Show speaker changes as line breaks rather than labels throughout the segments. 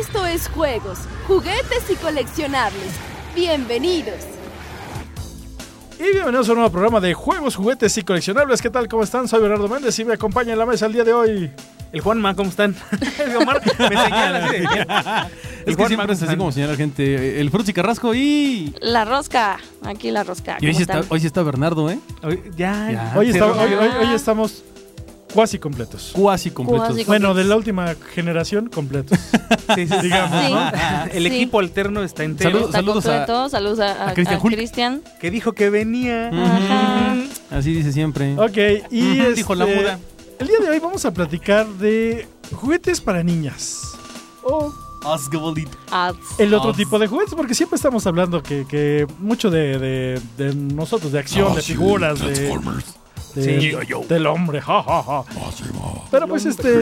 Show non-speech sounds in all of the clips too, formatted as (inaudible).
Esto es juegos, juguetes y coleccionables. Bienvenidos.
Y bienvenidos a un nuevo programa de juegos, juguetes y coleccionables. ¿Qué tal? ¿Cómo están? Soy Bernardo Méndez y me acompaña en la mesa el día de hoy.
El Juanma, ¿cómo están? (laughs) El Omar me señala así de-
Es que
Juanma,
siempre es así como señalar gente. El Frutzi Carrasco y.
La rosca. Aquí la rosca.
Y hoy
¿cómo
sí, está,
están?
hoy sí está Bernardo, ¿eh?
Oye, Ya,
Ya.
ya.
Hoy,
se
está-
rompió.
hoy- hoy- hoy estamos cuasi completos.
Cuasi completos.
Cuasi
Bueno,
completos.
de la última generación
(laughs)
completos.
Sí, sí, sí.
Digamos,
Sí.
¿no?
(laughs) El
Sí.
equipo alterno está entero.
Saludos.
Está
a-
completo, saludos a,
a Christian Hulk. Mm.
Cristian.
Que dijo que venía.
Ujú. Así dice siempre. Ah,
Ok, y
Ujú, dijo la
este,
muda.
El día de hoy vamos a platicar de juguetes para niñas. O
Osgoldito.
el otro
Oh.
Os-
tipo de juguetes, porque siempre estamos hablando que, que mucho de, de- de nosotros, de acción, de figuras, de, de- del hombre, ja, ja, ja. Pero pues este,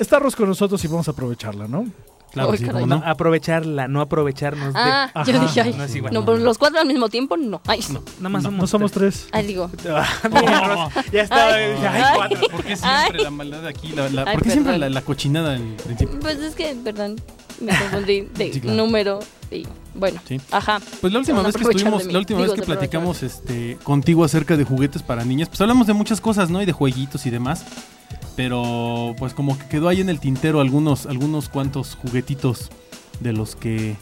está Ross con nosotros y vamos a aprovecharla, ¿no?
Claro,
Uy,
sí,
caray.
cómo
No,
no.
aprovecharla, no aprovecharnos de.
Ah, yo
Ajá,
dije, ay.
no
No,
es igual.
pero los cuatro al mismo tiempo, no. Ay,
Nada más somos.
No somos tres.
ay digo.
(laughs) Ah, mira, Ros, ya estaba.
Ay.
dije, ay,
Ay.
cuatro.
¿Por qué
siempre
la maldad aquí?
Ay,
¿Por qué siempre
perdón.
la, la cochinada en principio?
Pues es que, perdón,
(laughs)
me confundí de
Sí, claro.
número y bueno.
Sí.
Ajá.
Pues la última
Van a
vez que
aprovechar
estuvimos,
de mí.
la última
Digo,
vez que
se aprovechan.
platicamos este, contigo acerca de juguetes para niñas, pues hablamos de muchas cosas, ¿no? Y de jueguitos y demás. Pero pues como que quedó ahí en el tintero algunos, algunos cuantos juguetitos de los que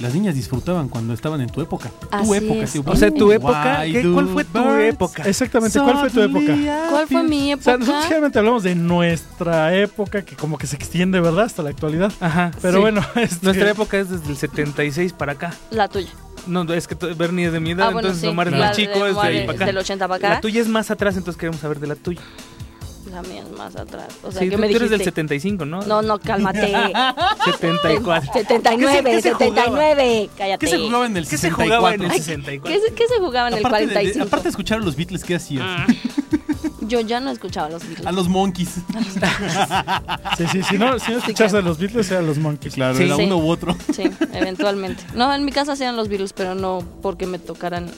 las niñas disfrutaban cuando estaban en tu época.
Así
tu época,
es.
sí.
O sea, tu
Why
época. ¿qué-
do
¿Cuál fue tu
birds
época?
Exactamente, ¿cuál fue tu época?
suddenly appear?
¿Cuál fue mi
O sea, nosotros
época?
generalmente hablamos de nuestra época, que como que se extiende, ¿verdad? Hasta la actualidad.
Ajá.
Pero
sí.
bueno, (laughs) este,
Nuestra época es desde el 76 para acá.
La tuya.
No, es que t- Bernie es de mi edad,
Ah, bueno,
entonces
sí.
Omar es
la
más chico, es de
Omar
ahí para acá.
Del 80 para acá.
La tuya es más atrás, entonces queremos saber de la tuya.
La mía es más atrás. O sea,
Sí,
¿qué
tú,
me
tú eres
dijiste?
del 75, ¿no?
No,
(laughs)
no, cálmate.
74.
79,
¿Qué se- qué se jugaba?
79. Cállate.
¿Qué se jugaba en el
¿Qué se jugaba en el
64?
64?
¿Qué se, qué se jugaba en el
Aparte de- de,
45?
aparte de escuchar a los Beatles, ¿qué hacías?
Ah.
Yo ya no escuchaba los
A
Beatles.
los Monkeys.
Sí, sí, si no, si no escuchas a los Beatles, era los Monkeys.
Claro,
Sí,
era
sí.
uno u otro.
Sí, eventualmente. No, en mi casa hacían los Beatles, pero no porque me tocaran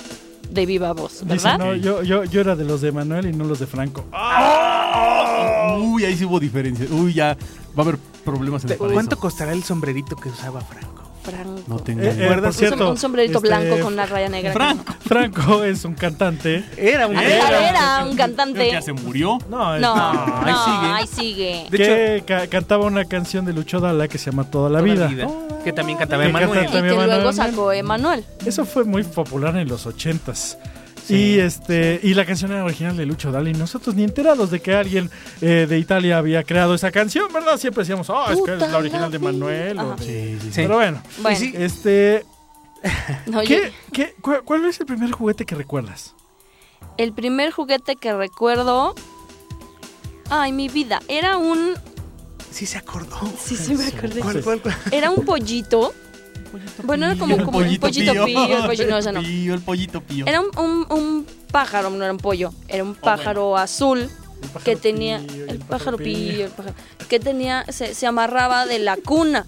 de viva voz,
Dice,
¿verdad?
no, yo, yo, yo era de los de Manuel y no los de Franco. (laughs)
Oh.
Uy, ahí sí hubo diferencia. Uy, ya va a haber problemas en el paraíso.
¿Cuánto costará el sombrerito que usaba Franco?
Franco.
No tengo
Eh, eh,
idea.
por
Un som-
cierto,
un sombrerito
este,
blanco con una raya negra.
pues, Franco.
Franco es un cantante.
Era un.
Ah,
Era.
claro, era un
Creo que
cantante.
ya se murió.
No, es-
No,
No, ahí
no,
sigue.
ahí sigue.
De
que ca- cantaba una canción de Lucho Dalla que se llama Toda la vida.
Oh. Que también cantaba
Que
Emanuel.
Y
canta-
que
También van a
luego
ver.
sacó Emanuel.
Eso fue muy popular en los ochentas.
Sí.
y este y la canción era original de Lucho Dalla y nosotros ni enterados de que alguien eh, de Italia había creado esa canción, ¿verdad? Siempre decíamos, oh, es que es
Puta
la original de
la vida".
Manuel. o
Ajá.
de-
Sí, sí,
Sí.
Pero bueno,
Bueno,
sí. eh,
este,
no, yo-
¿qué, qué- cu- ¿cuál es el primer juguete que recuerdas?
El primer juguete que recuerdo. Ay, mi vida. Era un.
Sí se acordó.
Sí, sí, me acordé.
¿Cuál, cuál, cuál?
Era un pollito. Bueno, era como,
El
como un pollito pío. El pollito, no, ese no.
Pío, el pollito pío.
Era un, un- un pájaro, no era un pollo. Era un pájaro azul que tenía. el pájaro pillo, el pájaro. Que tenía. Se, se amarraba de la cuna.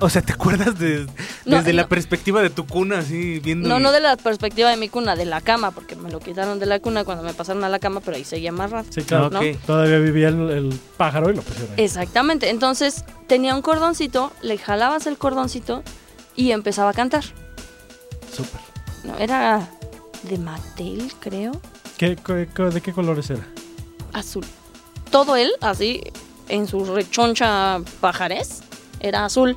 O sea, ¿te acuerdas de-
No,
desde la
no.
perspectiva de tu cuna, así viendo?
No, no de la perspectiva de mi cuna, de la cama, porque me lo quitaron de la cuna cuando me pasaron a la cama, pero ahí seguía amarrado.
Sí, claro.
Ok.
¿no?
Todavía vivía el, el pájaro y lo pusieron. ahí.
Exactamente. Entonces tenía un cordoncito, le jalabas el cordoncito y empezaba a cantar.
Súper.
No, era de Mattel, creo.
¿Qué- cu- cu- ¿De qué colores era?
Azul. Todo él, así, en su rechoncha pajarés, era azul.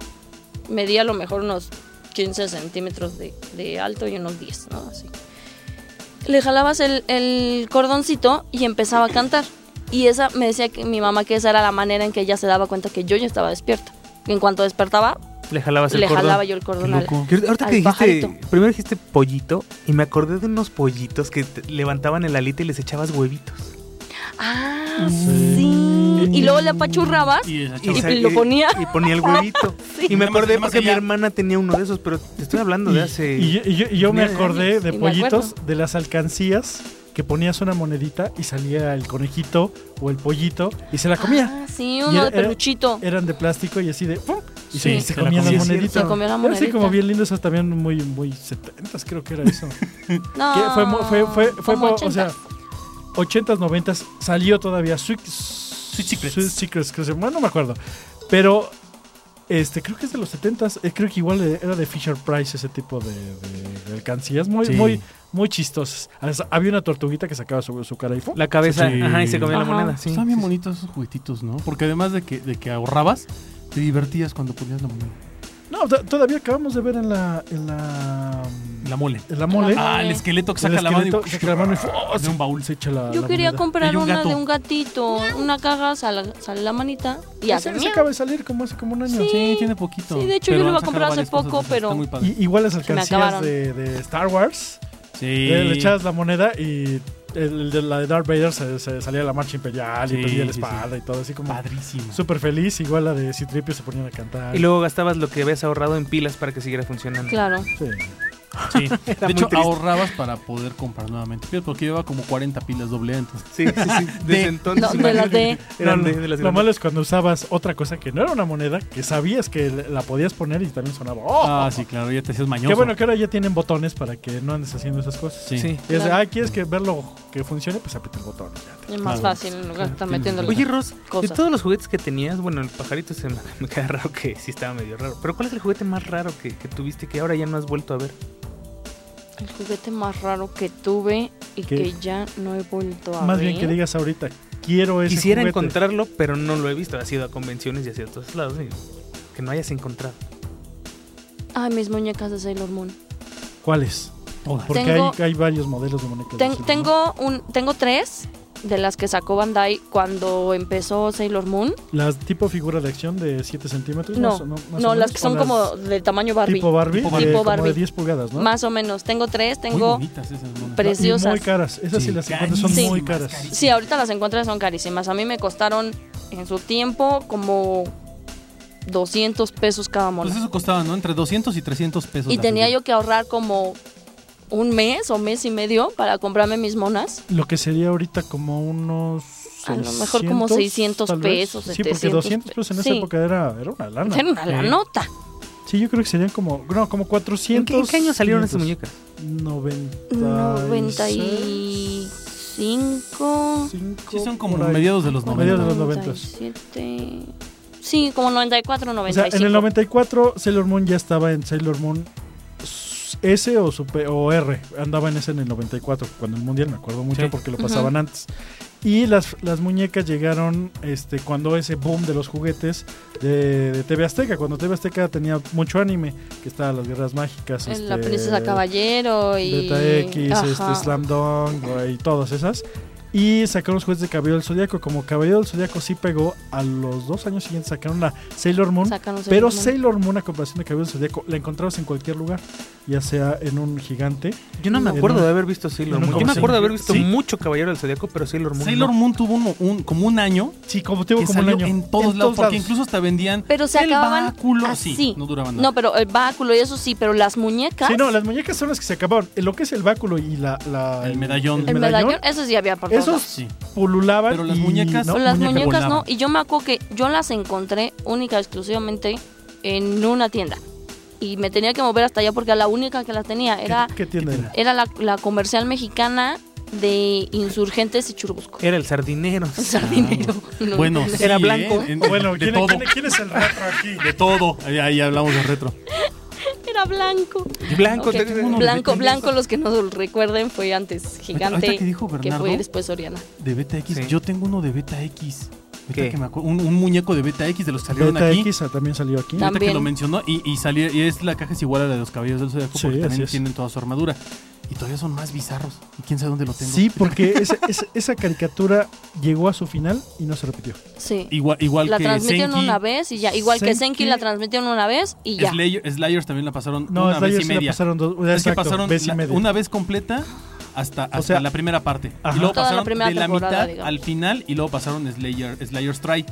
Medía a lo mejor unos 15 centímetros de, de alto y unos 10, ¿no? Así. Le jalabas el, el cordoncito y empezaba a cantar. Y esa me decía que mi mamá que esa era la manera en que ella se daba cuenta que yo ya estaba despierta. Y en cuanto despertaba,
Le jalabas el
le
cordón.
jalaba yo el cordón al-
loco.
Que ahorita- Ahorita
Al
que dijiste,
pajarito.
primero dijiste pollito y me acordé de unos pollitos que te- levantaban el alita y les echabas huevitos.
Ah, sí. Y luego le apachurrabas
Y esa
y,
chava-
sa-
lo ponía.
Y ponía
(laughs)
el huevito. Y me
Nada más-
acordé
nada más
porque mi
allá.
hermana tenía uno de esos, pero te estoy hablando de hace...
Y, yo- y yo, y yo me
nueve
acordé
años,
de
y me
pollitos,
acuerdo.
de las alcancías que ponías una monedita y salía el conejito o el pollito y se la comía.
Ah, sí,
Y
uno
era-
de
era-
peluchito.
Eran de plástico y así de ¡pum! Y se-
Sí,
se,
se la
comían
comía.
las
Sí,
moneditas.
se comió
Era
la
así
monedita.
como bien lindo, esas también muy, muy setentas, creo que era eso.
No,
Que fue, mu- fue, fue, fue,
como
mo- o
80.
sea, 80s, 90s, salió todavía Sweet, Sweet
Secrets.
Secrets, creo que se- bueno, no me acuerdo. Pero Este, creo que es de los 70s. eh, creo que igual eh, era de Fisher Price ese tipo de, de- de alcancías. Muy,
Sí.
muy, muy chistosas. As- Había una tortuguita que sacaba su, su cara y ¡fum!
La cabeza,
Sí.
ajá, y se comía la
Ajá,
moneda. Sí,
Están bien
sí, sí.
bonitos esos juguetitos, ¿no? Porque además de que, de que ahorrabas, te divertías cuando ponías la moneda.
No, to- todavía acabamos de ver en la. En la,
La mole.
en la mole.
Ah, el
mole.
esqueleto que
el
saca la mano y...
esqueleto saca la mano y ¡fu- oh!
de un baúl.
se echa la.
Yo
la
quería
moneda.
comprar
Y un
una
gato.
de un gatito, una caja, sale, sale la manita y hace
Ese, ese
miau.
acaba de salir como hace como un año.
Sí.
Sí, tiene poquito.
Sí, de hecho, yo
Pero
lo iba
han
a comprar
sacado
hace
varias
poco,
cosas,
pero-
Está muy padre.
Y- igual las
me
alcancías
acabaron.
de, de Star Wars. eh,
Sí.
Le, le echabas la moneda y el de la de Darth Vader se, se salía la marcha imperial
Sí,
y tenía la
sí,
espada y todo así como
Padrísimo.
súper feliz. Igual la de Citripio se ponían a cantar.
Y luego gastabas lo que habías ahorrado en pilas para que siguiera funcionando.
Claro.
Sí.
Sí.
muy
De hecho,
triste.
ahorrabas para poder comprar nuevamente. pilas, Porque llevaba como 40 pilas doble A, entonces...
Sí, sí,
(laughs)
sí. Desde
De-
entonces.
No, de la D.
Eran
No,
de,
no,
de las
lo
grandes.
malo es cuando usabas otra cosa que no era una moneda, que sabías que le- la podías poner y también sonaba. ¡Oh!
Ah, sí, claro, ya te hacías mañoso.
Qué bueno que ahora ya tienen botones para que no andes haciendo esas cosas.
Sí.
Sí.
Y es de,
Claro.
ah, ¿quieres que verlo que funcione? Pues aprieta el botón. y ya te-
Es más
Claro.
fácil en lugar de estar
Tienes
metiéndole.
razón.
Oye, Ross, de
Cosa.
todos los juguetes que tenías, bueno, el pajarito se me, me queda raro que sí estaba medio raro. Pero ¿cuál es el juguete más raro que, que tuviste que ahora ya no has vuelto a ver?
El juguete más raro que tuve y
¿Qué?
que ya no he vuelto a
Más
ver.
bien que digas ahorita, quiero ese
Quisiera
juguete.
encontrarlo, pero no lo he visto. Ha sido a convenciones y ha sido a todos lados. y que no hayas encontrado.
Ay, mis muñecas de Sailor Moon.
¿Cuáles?
Todas.
Porque
Tengo-
hay, hay varios modelos de muñecas. de
Ten-
Sailor Moon.
tengo, un, tengo tres de las que sacó Bandai cuando empezó Sailor Moon.
Las tipo figura de acción de 7 centímetros.
No,
más o- más o
no,
menos,
las que
o
son como de tamaño Barbie.
Tipo Barbie.
Tipo
de-
Barbie.
como de
Barbie.
10 pulgadas, ¿no?
Más o menos. Tengo tres,
Muy
tengo...
bonitas esas monas.
Y Muy
preciosas.
caras. Esas sí,
Sí.
las encuentras son
Carísimas,
muy caras.
Sí, ahorita las encuentras son carísimas. A mí me costaron en su tiempo como 200 pesos cada
Pues
mona.
eso costaba, ¿no? Entre 200 y 300 pesos.
Y
la
tenía
figura.
yo que ahorrar como un mes o mes y medio para comprarme mis monas.
Lo que sería ahorita como unos.
A lo mejor como 600
tal vez.
pesos,
Sí, porque
700
200 pesos en esa
Sí.
época era, era una lana.
Era una
Sí.
la nota.
Sí, yo creo que serían como. No, como 400.
¿En qué, en qué año salieron esas
500?
muñecas?
96.
95.
Sí, son como
por ahí.
mediados de los
Por
90.
mediados de los 90.
97. Sí, como 94,
O sea,
95.
en el 94 Sailor Moon ya estaba en Sailor Moon S o, supe- o R. Andaba en ese en el 94, cuando el mundial me acuerdo mucho
Sí.
porque lo
Ujú.
pasaban antes. Y las, las muñecas llegaron este, cuando ese boom de los juguetes de, de TV Azteca, cuando TV Azteca tenía mucho anime, que estaba las guerras mágicas.
En La
este,
princesa caballero y...
Beta X,
Ajá.
este, Slam Dunk güey, y todas esas. Y sacaron los juguetes de Caballero del Zodíaco. Como Caballero del Zodíaco sí pegó, a los dos años siguientes sacaron la Sailor Moon.
Sacaron Sailor
pero
Moon.
Sailor Moon, a comparación de Caballero del Zodíaco, la encontrabas en cualquier lugar. Ya sea en un gigante.
Yo no me
No.
acuerdo de haber visto Sailor
No,
Moon. Yo
¿cómo
me
se
acuerdo de haber
llama?
visto
Sí.
mucho Caballero del Zodíaco, pero Sailor Moon.
Sailor
no.
Moon tuvo un- un- como un año
Sí, como tuvo
que
como un año.
salió en todos lados, porque
lados.
incluso hasta vendían
Pero se
el
acababan
báculo. Sí,
así.
no duraban nada.
No, pero el báculo y eso sí, pero las muñecas...
Sí, no, las muñecas son las que se acabaron. Lo que es el báculo y la, la-
El medallón.
el medallón, eso sí había por todos
Esos
lados.
Sí.
pululaban.
Pero las
y-
muñecas-
¿no?
Pero las
muñecas
muñecas no,
volaban.
y yo me acuerdo que yo las encontré única y exclusivamente en una tienda. Y me tenía que mover hasta allá porque la única que las tenía
¿Qué-
era,
¿Qué, tienda era?
era la, la comercial mexicana de Insurgentes y Churubusco.
Era el sardinero.
El (laughs) sardinero. no.
(laughs) Bueno, sí,
Era blanco.
¿eh? En- en-
Bueno,
de
¿quién,
todo.
quién- quién es el retro aquí?
De todo. Ahí, ahí hablamos de retro.
Era blanco.
Blanco.
Ok.
te-
uno
Blanco,
de-
blanco, los que no lo recuerden, fue antes
Ahorita
gigante,
que dijo
que
Bernardo
fue después Soriana.
de Beta X,
Sí.
yo tengo uno de Beta X. Ahorita
¿Qué?
que me acuerdo, un, un muñeco de Beta X de los que salieron
Beta
aquí.
X también salió aquí.
Tam-
Ahorita que
También.
lo mencionó y, y salió- y es la caja es igual a la de los caballeros del zodiaco
Sí,
porque
así
también
es.
tienen toda su armadura y todavía son más bizarros y quién sabe dónde lo tengo.
Sí, porque esa, esa- esa caricatura llegó a su final y no se repitió.
Sí.
igual igual
La
que
transmitieron
Senki,
una vez y ya. Igual que
Senki-
Senki la transmitieron una vez y ya.
Slayer- Slayers también la pasaron
No,
una
es la
vez y
la
media.
pasaron dos
es que
exacto,
pasaron
vez y
la-
media.
una vez completa hasta, hasta
sea,
la primera parte.
ajá.
Y luego
Toda la
pasaron
primera
de la
temporada,
mitad
digamos.
al final y luego pasaron Slayer, Slayer Strike.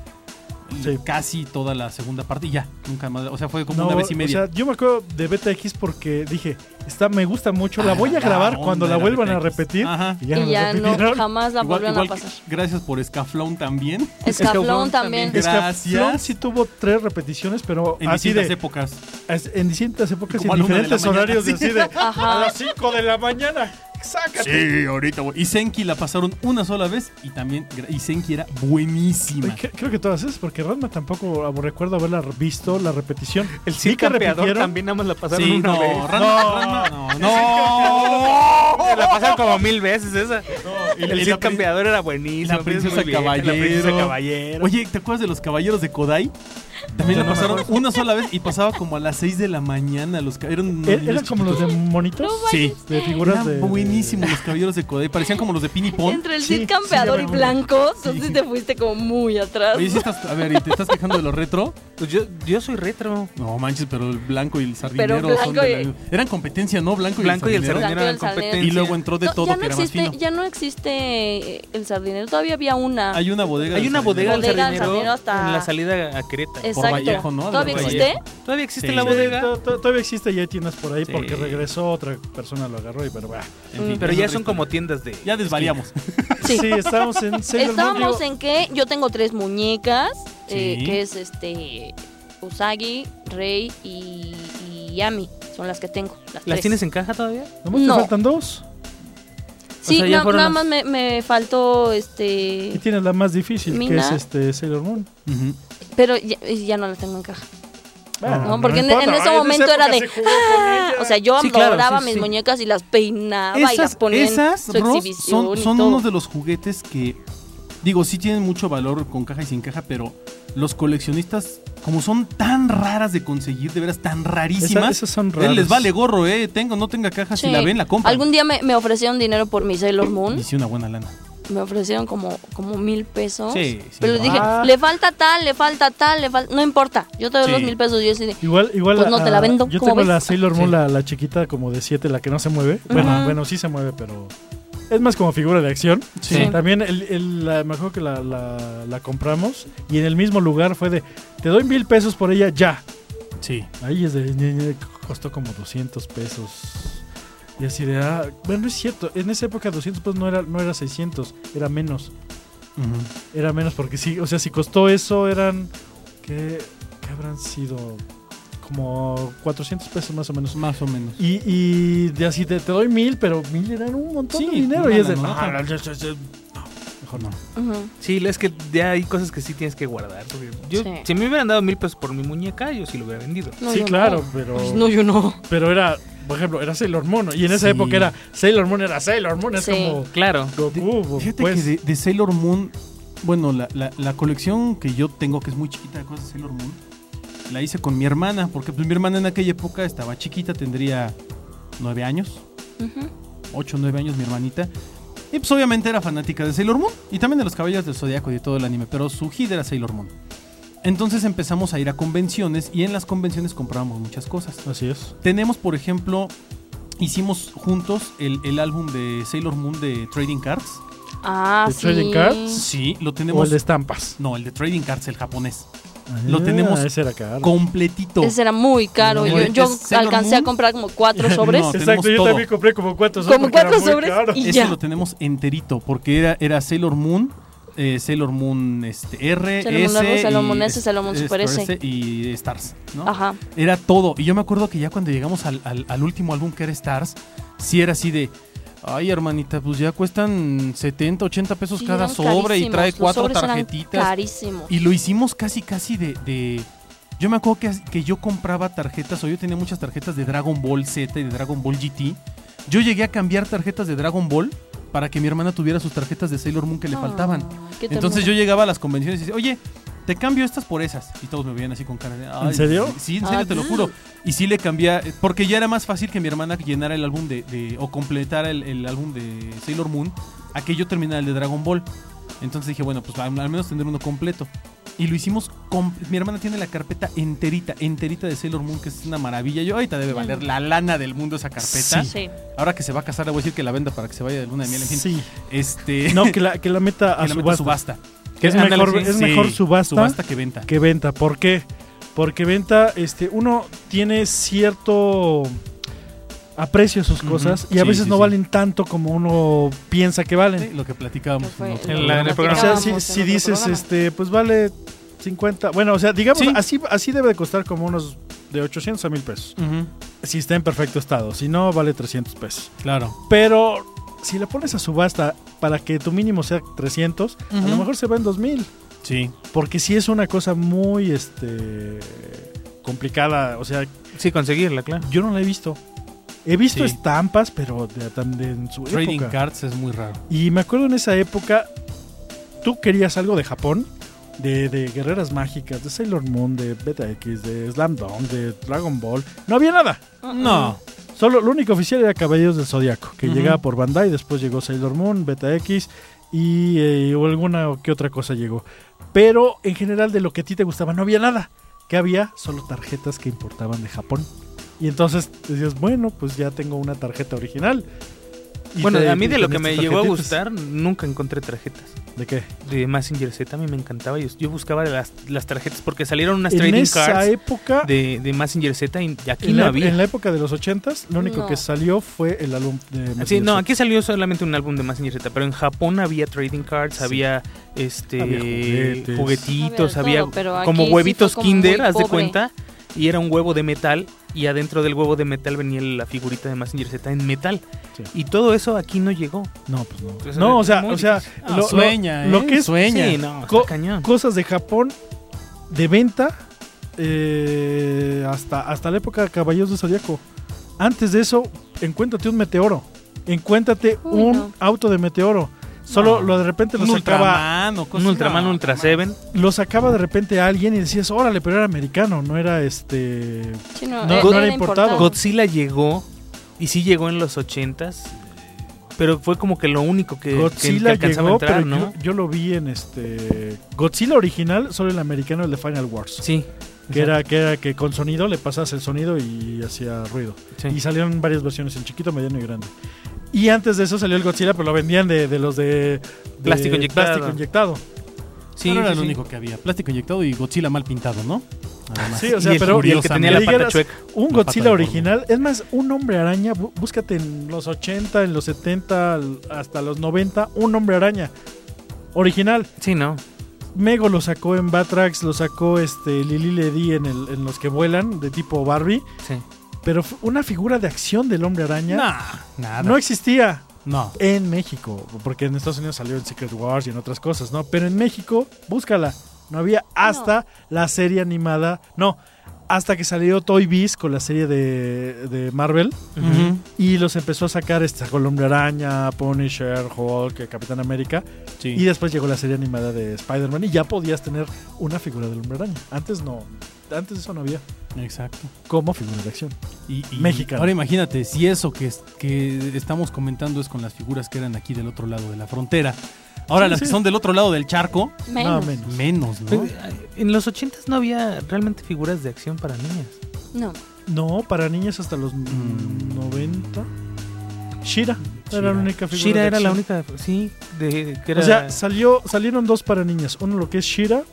y
Sí.
Casi toda la segunda parte y ya, nunca más. O sea, fue como
No,
una vez y
o
media.
sea, yo me acuerdo de Beta X porque dije, está, me gusta mucho, la
Ah,
voy a
la
grabar
onda
cuando la
era
vuelvan a
Beta X.
repetir.
Ajá.
Y ya,
Y
nos
ya no,
repitieron.
jamás la
Igual-
volvieron
igual
a pasar.
que- gracias por Escaflón también.
Escaflón también.
también.
Es que
Gracias.
Flon sí tuvo tres repeticiones, pero
En
así
distintas
de,
épocas.
es- en distintas épocas y
Como
en
a la una de la
diferentes
mañana,
horarios,
sí.
así de,
(laughs) Ajá.
a las 5 de la mañana. sácate.
Sí, ahorita voy. Y Senki la pasaron una sola vez y también gra- y Senki era buenísima.
Oye, que- Creo que todas esas, porque Ranma tampoco recuerdo haberla visto la repetición.
El
Sí
Cid
que
campeador
repitieron.
también nada más la pasaron
Sí,
una
no,
vez. (laughs)
Ranma,
No.
Ranma, no, no.
Se la pasaron como mil veces esa.
y-
el
y
Cid
la prin-
campeador era buenísimo.
la princesa
muy bien, La princesa
caballero.
caballero.
Oye, ¿te acuerdas de los caballeros de Kodai? También la pasaron una sola vez y pasaba como a las 6 de la mañana. Los ca- eran unos
¿E-
niños
¿Eran como los de monitos?
No
sí. De figuras
Eran
de.
buenísimos los caballeros de Kodai. Parecían como los de Pinipón.
Entre el
Sí,
Cid
sí,
campeador
ya
y
me
blanco, entonces
Sí.
te fuiste como muy atrás.
Oye, si estás, a ver, ¿y te estás quejando de los retro?
Pues yo, yo soy retro.
No manches, pero el blanco y el sardinero
Pero
son
blanco
de
y-
la- eran competencia, ¿no? Blanco,
Blanco y el
sardinero.
sardinero eran
Blanco y el
competencia.
sardinero.
Y luego entró de
No,
todo,
ya,
que
no
era más
existe,
fino.
ya no existe eh, el sardinero, todavía había una.
Hay una bodega.
Hay
del
una bodega del
Bodega
sardinero,
del sardinero hasta-
en la salida a Creta.
Exacto.
Vallejo, ¿no?
¿Todavía
Por
existe?
Todavía existe
Sí.
la
Sí,
bodega.
to- to- todavía existe y hay tiendas por ahí
Sí.
porque regresó otra persona lo agarró y pero bah.
En fin,
Pero
es
ya
otra
son
historia.
como tiendas de.
Ya desvariamos.
Sí.
Sí, estábamos
(laughs)
en Sailor Moon,
Estábamos
digo,
en que yo tengo tres muñecas, eh,
Sí.
que es este Usagi, Rey y, y Yami. Son las que tengo. Las,
¿Las
tres.
tienes en caja todavía?
nomás te
no.
faltan dos.
Sí,
o sea, ya
na-
fueron
nada
las-
más me, me faltó
Y
este.
tienes la más difícil, que
Mina.
es este Sailor Moon.
Ujú.
Pero ya, ya no las tengo en caja.
Bueno,
No, porque en-
importa,
en ese
esa
momento
época
era de, "Ah",
se jugó con ella.
O sea, yo
Sí, claro,
adoraba
sí,
mis
sí.
muñecas y las peinaba y las
Esas,
ponía
esas,
en Ah, su
Ross,
exhibición.
son,
y
son
todo.
unos de los juguetes que, digo, sí tienen mucho valor con caja y sin caja, pero los coleccionistas, como son tan raras de conseguir, de veras tan
Esa-
rarísimas,
esas son
eh,
raras.
les vale gorro, ¿eh? Tengo, no tenga caja, si
Sí.
la ven, la compran.
Algún día me, me ofrecieron dinero por mi Sailor Moon.
Y sí, una buena lana.
Me ofrecieron como, como mil pesos.
Sí, sí.
Pero les dije,
Ah.
le falta tal, le falta tal, le falta. No importa. Yo te doy
Sí.
los mil pesos. Yo así de,
Igual, igual
Pues no te la
ah,
vendo,
Yo
¿cómo
tengo
ves?
la Sailor Moon,
Sí.
la, la chiquita como de 7, la que no se mueve. Bueno,
Ajá.
bueno, sí se mueve, pero es más como figura de acción.
Sí.
Sí.
También el, el- la, me acuerdo que la, la- la compramos y en el mismo lugar fue de, te doy mil pesos por ella ya.
Sí.
Ahí es de, ñe, ñe, costó como 200 pesos. Y así de, ah, bueno, es cierto, en esa época 200 pesos no era, no era 600, era menos.
Ujú.
Era menos porque sí, o sea, si costó eso eran, ¿qué, qué habrán sido? Como 400 pesos más o menos.
Más o menos.
Y, y de así te, te doy mil, pero mil eran un montón
Sí,
de dinero.
una
Y es de, "Ah,
lanota.
"No, no, yo- yo- yo- no, mejor no.
ujú.
Sí, es que ya hay cosas que sí tienes que guardar. porque yo,
Sí.
Si me hubieran dado mil pesos por mi muñeca, yo sí lo hubiera vendido.
No,
sí,
yo no.
claro, pero,
Pues no, yo no.
pero era, por ejemplo, era Sailor Moon. Y en esa
Sí.
época era Sailor Moon, era Sailor Moon, es
Sí.
como
Claro.
Goku.
Fíjate
pues.
que de, de Sailor Moon, bueno, la, la- la colección que yo tengo, que es muy chiquita de cosas de Sailor Moon, la hice con mi hermana, porque pues, mi hermana en aquella época estaba chiquita, tendría nueve años,
Ujú.
8 o 9 años mi hermanita. Y pues obviamente era fanática de Sailor Moon y también de los caballos del Zodiaco y de todo el anime, pero su hit era Sailor Moon. Entonces empezamos a ir a convenciones y en las convenciones comprábamos muchas cosas.
Así es.
Tenemos, por ejemplo, hicimos juntos el, el álbum de Sailor Moon de Trading Cards.
Ah,
¿De
sí.
trading cards?
Sí, lo
O
tenemos.
el de estampas. Ah,
No, el de Trading Cards, el japonés. Lo tenemos
Ese era caro.
Completito.
Ese era muy caro.
No,
yo
es
yo
Sailor
alcancé a
Moon.
comprar como cuatro
(laughs)
sobres.
No, tenemos
Exacto, yo
todo.
también compré como cuatro sobres.
Como
porque era
cuatro
muy
sobres
caro.
y
Ese
ya.
lo tenemos enterito, porque era, era Sailor Moon, eh, Sailor Moon este, R,
Sailor Moon
S,
R, Sailor Moon
y
S, Sailor Moon
es-
Super S. Ah.
y Stars, ¿no?
Ajá.
Era todo. Y yo me acuerdo que ya cuando llegamos al, al- al último álbum que era Stars, sí era así de... Ay, hermanita, pues ya cuestan 70, 80 pesos
Sí,
cada
eran
sobre y
carísimos.
trae
Los
cuatro
sobres eran
tarjetitas.
Carísimos.
Y lo hicimos casi, casi de... de- yo me acuerdo que, que yo compraba tarjetas o yo tenía muchas tarjetas de Dragon Ball Z y de Dragon Ball GT. Yo llegué a cambiar tarjetas de Dragon Ball para que mi hermana tuviera sus tarjetas de Sailor Moon que le faltaban.
Ah, qué
Entonces yo
ternura.
llegaba a las convenciones y decía, oye, te cambio estas por esas. Y todos me veían así con cara de... "Ay,
¿En serio?
Sí, en serio,
Ah,
te lo
ah.
juro. Y sí le cambié, eh, porque ya era más fácil que mi hermana llenara el álbum de... de- o completara el, el álbum de Sailor Moon a que yo terminara el de Dragon Ball. Entonces dije, bueno, pues al, al menos tener uno completo. Y lo hicimos... com- Mi hermana tiene la carpeta enterita, enterita de Sailor Moon, que es una maravilla. Yo ahorita debe valer la lana del mundo esa carpeta.
Sí.
Sí.
Ahora que se va a casar, le voy a decir que la venda para que se vaya de luna de miel. En fin,
Sí. (laughs)
este...
No, que la, que la meta a
que la meta a
subasta.
subasta.
Que es
Ándale,
mejor,
sí,
es
sí.
mejor subasta,
Subasta que venta.
que venta. ¿Por qué? Porque venta, este, uno tiene cierto aprecio a sus
Ujú.
cosas y a
Sí,
veces
sí,
no
sí.
valen tanto como uno piensa que valen.
Sí, lo que platicábamos
Que fue
en otro
lo
En
que
la- en el
platicábamos
programa.
O sea, si,
en
si
otro
dices,
programa.
este, pues vale 50. Bueno, o sea, digamos,
Sí.
así, así debe de costar como unos de 800 a 1000 pesos.
Ujú,
Si está en perfecto estado, si no, vale 300 pesos.
Claro.
Pero si la pones a subasta para que tu mínimo sea 300, a lo
Ujú.
mejor se va en 2000.
Sí.
Porque sí es una cosa muy este complicada. O sea,
Sí, conseguirla, claro.
yo no la he visto. He visto
Sí.
estampas, pero de, tam- de- en su
Trading
época.
cards es muy raro.
Y me acuerdo en esa época, tú querías algo de Japón, de, de Guerreras Mágicas, de Sailor Moon, de Beta X, de Slam Dunk, de Dragon Ball. No había nada.
No.
Solo lo único oficial era Caballeros del Zodiaco, que
Ujú.
llegaba por Bandai, después llegó Sailor Moon, Beta X y eh, o alguna o que otra cosa llegó. Pero en general de lo que a ti te gustaba no había nada, que había solo tarjetas que importaban de Japón. Y entonces decías, bueno, pues ya tengo una tarjeta original. Y
Bueno,
te-
a mí de lo que
tenías
me
tus
llegó a
tarjetitas.
gustar, nunca encontré tarjetas.
¿De qué?
De Messenger Z a mí me encantaba. Yo, yo buscaba las, las tarjetas porque salieron unas
en
trading
esa
cards
época,
de, de Messenger Z y aquí
en,
no
la,
había.
en la época de los 80s, lo único
No.
que salió fue el álbum de
Sí,
Messenger
no,
Z.
aquí salió solamente un álbum de Messenger Z, pero en Japón había trading cards, había este
Había juguetes.
juguetitos,
Había de
había,
todo, pero aquí
como
sí fue
huevitos
como
Kinder,
muy
haz de
pobre.
cuenta, y era un huevo de metal y adentro del huevo de metal venía la figurita de Messenger Z en metal.
Sí.
Y todo eso aquí no llegó.
No, pues no.
Entonces,
no, o
es
sea,
muy
o sea
difícil.
Ah,
lo, lo-
sueña,
lo
¿eh?
que es
Sueña.
Sí, no, está
Co-
cañón.
cosas de Japón de venta eh, hasta, hasta la época de Caballeros de Zodíaco. Antes de eso, encuéntrate un meteoro. Encuéntrate
Uy,
un
no.
auto de meteoro. Solo lo de repente lo
Un
sacaba,
Ultraman o cosas
Un Ultraman
no,
Ultra
no,
Seven.
lo sacaba de repente a alguien y decías, órale, pero era americano, no era este.
Sí, no,
No,
eh,
no
era
era importado.
importado.
Godzilla llegó y sí llegó en los 80s, pero fue como que lo único que, que- que
Godzilla
alcanzaba
llegó,
a entrar,
pero
¿no?
yo, yo lo vi en este. Godzilla original, solo el americano, el de Final Wars.
Sí,
Que era, que era que con sonido le pasas el sonido y hacía ruido.
sí.
Y salieron varias versiones, en chiquito, mediano y grande. Y antes de eso salió el Godzilla, pero lo vendían de, de los de, de
Plástico inyectado.
plástico inyectado.
Sí,
no era
sí,
lo
sí.
único que había. Plástico inyectado y Godzilla mal pintado, ¿no? Además.
Sí, o sea,
y el,
pero
y el que tenía
que
la pata
dijeras,
chueca.
un
La
Godzilla
pata deforme.
original, es más, un hombre araña, bú- búscate en los 80, en los 70, al- hasta los 90, un hombre araña original.
Sí, no.
Mego lo sacó en Batrax, lo sacó este Lili Ledi en, el- en los que vuelan, de tipo Barbie,
Sí.
pero fu- una figura de acción del hombre araña
Nah, nada.
no existía.
no.
en México, porque en Estados Unidos salió en Secret Wars y en otras cosas, ¿no? Pero en México, búscala. No había hasta la serie animada, no, hasta que salió Toy Biz con la serie de, de Marvel
Ujú.
y los empezó a sacar esta con el Hombre Araña, Punisher, Hulk, Capitán América
Sí.
y después llegó la serie animada de Spider-Man y ya podías tener una figura del Hombre Araña. Antes no, antes eso no había
Exacto.
como figura de acción.
Y, y-
Mexicano.
Ahora imagínate, si eso que, es- que estamos comentando es con las figuras que eran aquí del otro lado de la frontera. Ahora
Sí,
las
sí.
que son del otro lado del charco,
Nada
Menos. No,
menos.
menos, ¿no?
Pues, eh, En los 80 no había realmente figuras de acción para niñas.
No, para niños hasta los
Mm.
90. Shira,
Shira.
era la única figura.
Shira
de
era la
acción.
única, sí, de, que era...
O sea, salió, salieron dos para niñas. Uno lo que es Shira,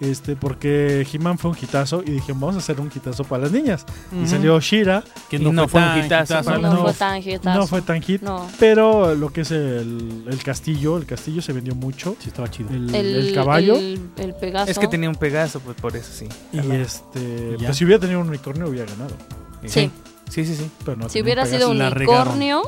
este, porque He-Man fue un hitazo y dijeron, vamos a hacer un hitazo para las niñas. Y
Ujú.
salió Shira,
que
y no fue un
tan
hitazo.
hitazo.
No,
fue tan hitazo.
no fue tan hit,
No.
pero lo que es el, el castillo, el castillo se vendió mucho.
Sí, estaba chido.
El, el caballo.
El, el Pegaso.
es que tenía un Pegaso, pues por eso sí.
Y este,
Ya.
pues si hubiera tenido un unicornio hubiera ganado.
Sí.
Sí, sí, sí.
Pero no
Si
tenía un
hubiera
Pegaso.
sido un
la regaron.
unicornio,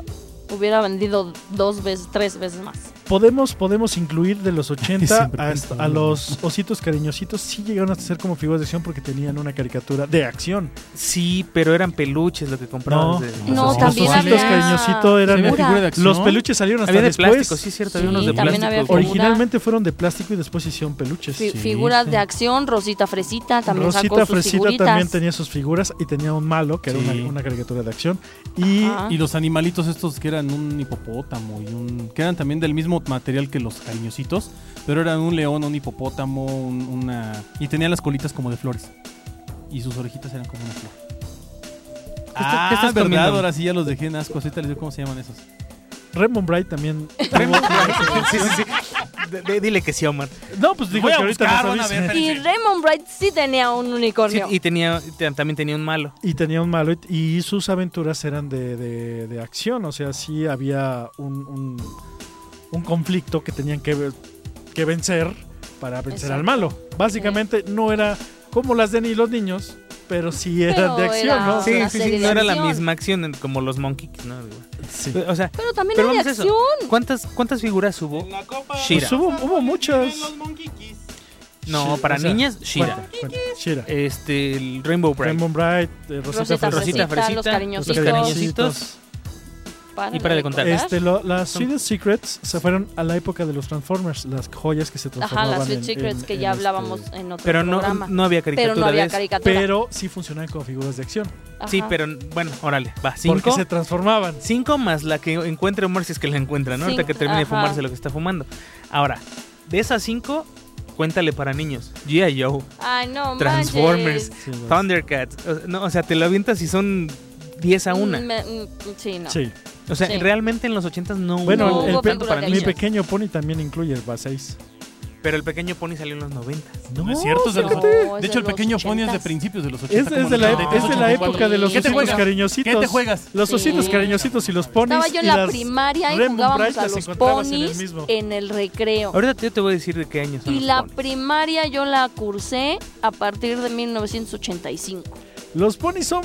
hubiera vendido dos veces, tres veces más.
podemos, podemos incluir de
(laughs)
los 80
Siempre
hasta
pienso
a
lo mismo.
los ositos cariñositos, sí llegaron a ser como figuras de acción porque tenían una caricatura de acción.
Sí, pero eran peluches lo que
No,
comprabas. de-
No,
los
también
ositos
había
cariñositos
Se
eran...
ve
Segura.
figura de acción.
Los peluches salieron hasta
Había de
después.
plástico, sí, cierto, había
Sí,
unos de
también
plástico.
había figuras.
Originalmente fueron de plástico y después se hicieron peluches.
Fi-
Sí,
figuras
sí.
de acción, Rosita Fresita también
Rosita
sacó sus
Fresita
figuritas.
también tenía sus figuras y tenía un malo que era
Sí.
una, una caricatura de acción. Y
Ajá.
Y los animalitos estos que eran un hipopótamo y un... que eran también del mismo material que los cariñositos, pero eran un león, un hipopótamo, un- una... y tenían las colitas como de flores. Y sus orejitas eran como una flor. Ah,
está- qué estás
verdad,
comiendo?
ahora sí ya los dejé en asco. Ahorita les digo cómo se llaman esos.
Raymond Bright
(laughs)
también.
(laughs) sí, sí, sí. De- de- dile que sí, Omar.
no, pues digo
Voy
que
a
ahorita
buscar,
nos
van a
avisen.
ver.
Y Raymond Bright sí tenía un
Sí,
unicornio.
y tenía, también tenía un malo.
Y tenía un malo y, y sus aventuras eran de, de- de acción, o sea, sí había un, un- un conflicto que tenían que, ve- que vencer para vencer
Exacto.
al malo. Básicamente no era como las de ni los niños, pero sí eran
Pero
de acción,
era-
¿no?
Sí,
Sí,
una
sí,
serie
sí,
de
no era la
acción.
misma acción en- como los Monkey Kids, ¿no? Igual.
Sí, Sí.
O sea,
Pero también
pero
hay
vamos a
acción.
eso. ¿Cuántas, ¿Cuántas figuras hubo? Shira.
Pues hubo, hubo muchas.
No,
Sí,
para
o sea,
niñas, Shira.
Cuenta, cuenta. Shira.
Este, el Rainbow Bright.
Rainbow Bright, eh, Rosita,
Rosita
Fresita.
Fresita,
Fresita,
los
los
cariñositos.
cariñositos.
Párale
Y para de
de
contar.
Este, lo- las Sweet Secrets se fueron a la época de los Transformers, las joyas que se
Ajá,
transformaban.
las Sweet
en-
Secrets
en-
que
en
ya
este-
hablábamos en otro
Pero no,
programa.
no había caricatura
pero no había
de eso.
caricatura.
Pero sí funcionaban como figuras de acción.
Ajá.
Sí, pero bueno, órale, va.
Porque
Cinco.
se transformaban.
Cinco más la que encuentre Omar si es que la encuentra, ¿no? Ahorita
Cinco,
que termine de
ajá.
fumarse lo que está fumando. Ahora, de esas cinco, cuéntale para niños. G.I. Joe,
Ay, no,
Transformers,
manches.
Sí, las-
Thundercats. O, no, o sea, te lo avientas y son 10 a
Mm,
una.
me- mm, sí, no.
Sí.
O sea,
Sí.
realmente en los 80 no hubo
Bueno,
No
el-
hubo
el pe-
película de
mi
niños.
pequeño pony también incluye el 6.
Pero el pequeño pony salió en los 90.
No es cierto, es de, los-
fíjate. No, es
de hecho
de
el pequeño
los
Pony es de
ochentas.
principios de los 80.
Es,
como
es de la, e- es
los
de la
84.
época de los
¿Qué te
ositos
juegas?
cariñositos.
¿Qué te juegas?
Los
Sí.
ositos cariñositos y los ponis.
Estaba yo en
y
la
las
primaria y
Rainbow
jugábamos
Bright
a
las
los
encontrabas en el
ponis
mismo.
en el recreo.
Ahorita yo te voy a decir de qué años son
Y
los
la
ponis.
primaria yo la cursé a partir de 1985.
Los ponis son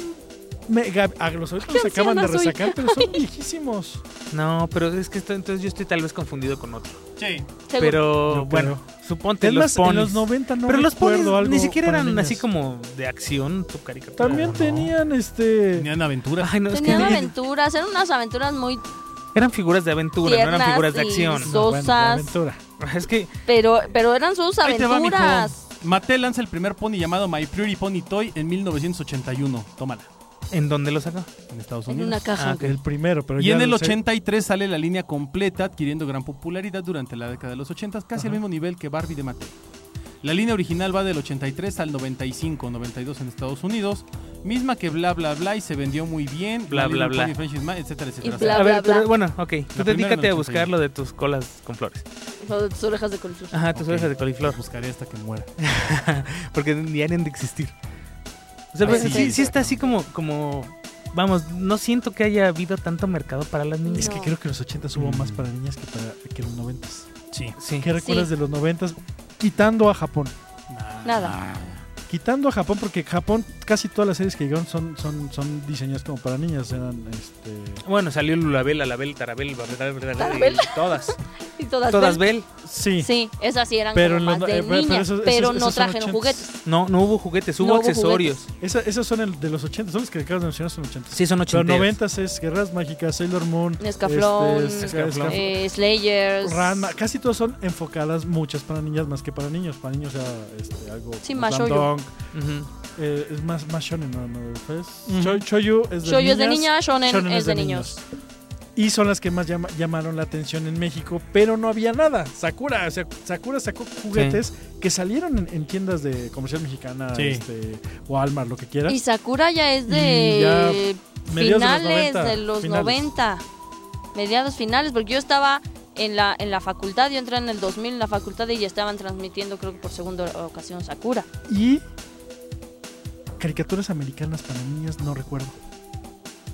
mega. A los ositos se acaban de
anciana soy.
resacar, pero
(laughs)
son viejísimos.
No, pero es que esto- entonces yo estoy tal vez confundido con otro.
Sí.
Seguro.
Pero
No
bueno, suponte
Es
los
más,
ponis.
en los 90 no
pero los
recuerdo
ponis
algo
ni siquiera
para
eran
niñas.
así como de acción, tu caricatura.
También
No, no.
tenían este.
Tenían aventuras.
Ay, no, es que
Tenían
eran-
aventuras, eran unas aventuras muy
(laughs) eran figuras de aventura, no eran
Tiernas
figuras de
y
acción.
so-
No, bueno, la
Sosas.
aventura.
Es que
pero pero eran sus
Ahí te va, mijo.
aventuras.
Mattel lanza el primer pony llamado My Pretty Pony Toy en 1981. Tómala.
¿en dónde lo sacó?
En Estados
En
Unidos.
una caja.
Ah, el primero, pero
Y
ya
en el
no sé.
83 sale la línea completa, adquiriendo gran popularidad durante la década de los 80, casi al mismo nivel que Barbie de Mattel. La línea original va del 83 al 95, 92 en Estados Unidos, misma que bla bla bla y se vendió muy bien,
Bla,
My
bla,
Little
bla.
Pony, Friendship Ma- etcétera, etcétera.
Y bla,
a ver,
bla, bla.
pero bueno, ok. Tú
La primera
dedícate
en
a
81.
buscar lo de tus colas con flores.
Lo de tus orejas de colchón.
Ajá, tus
Ok.
orejas Ah, de coliflor.
Buscaré hasta que muera.
Porque ni han de existir. O sea,
Ah,
pues,
sí.
sí, sí está así como, como, vamos, no siento que haya habido tanto mercado para las niñas.
Es que
No.
creo que los 80 hubo más para niñas que para que los 90.
Sí.
Sí.
¿Qué recuerdas
Sí.
de los 90? Quitando a Japón. Ah.
Nada.
Ah.
Quitando a Japón, porque Japón casi todas las series que llegaron son, son, son diseñadas como para niñas. Eran este.
Bueno, salió Lulabel, Alabel, Tarabel, Babel,
Tarabel. (laughs)
todas.
Y todas,
todas
ven-
Bel.
Sí.
Sí, esas sí eran
Pero
como
en
más
los-
de
eh, pero- pero
niña,
esos-
pero
esos-
no
esos son
trajeron
80s.
juguetes.
No, no hubo juguetes, hubo
No hubo
accesorios.
Esa- esas son el, de los 80, son las que acabas de mencionar, son 80.
Sí, son
Pero
80.
90 es Guerras Mágicas, Sailor Moon,
Escaflón,
este, Esca-
Escaflón.
Escaf-
Eh, Slayers.
Ranma, casi todas son enfocadas muchas para niñas más que para niños. Para niños era este, algo.
Sí,
como
más
Slam
shoujo.
Dunk,
Ujú.
eh, es más, más shonen, ¿no? no es-
Ujú.
Shou- Shoujo es de
Shoujo
niñas.
es de niña, Shonen,
shonen
es de niños.
Y son las que más llama- llamaron la atención en México, pero no había nada. Sakura, o sea, Sakura sacó juguetes que salieron en, en tiendas de comercial mexicana,
Sí.
este, Walmart, lo que quieras.
Y Sakura ya es
Y ya
de
mediados de los
finales
90,
de los
finales.
90. Mediados finales, porque yo estaba en la, en la facultad, yo entré en el 2000 en la facultad y ya estaban transmitiendo, creo que por segunda ocasión, Sakura.
Y caricaturas americanas para niñas, no recuerdo.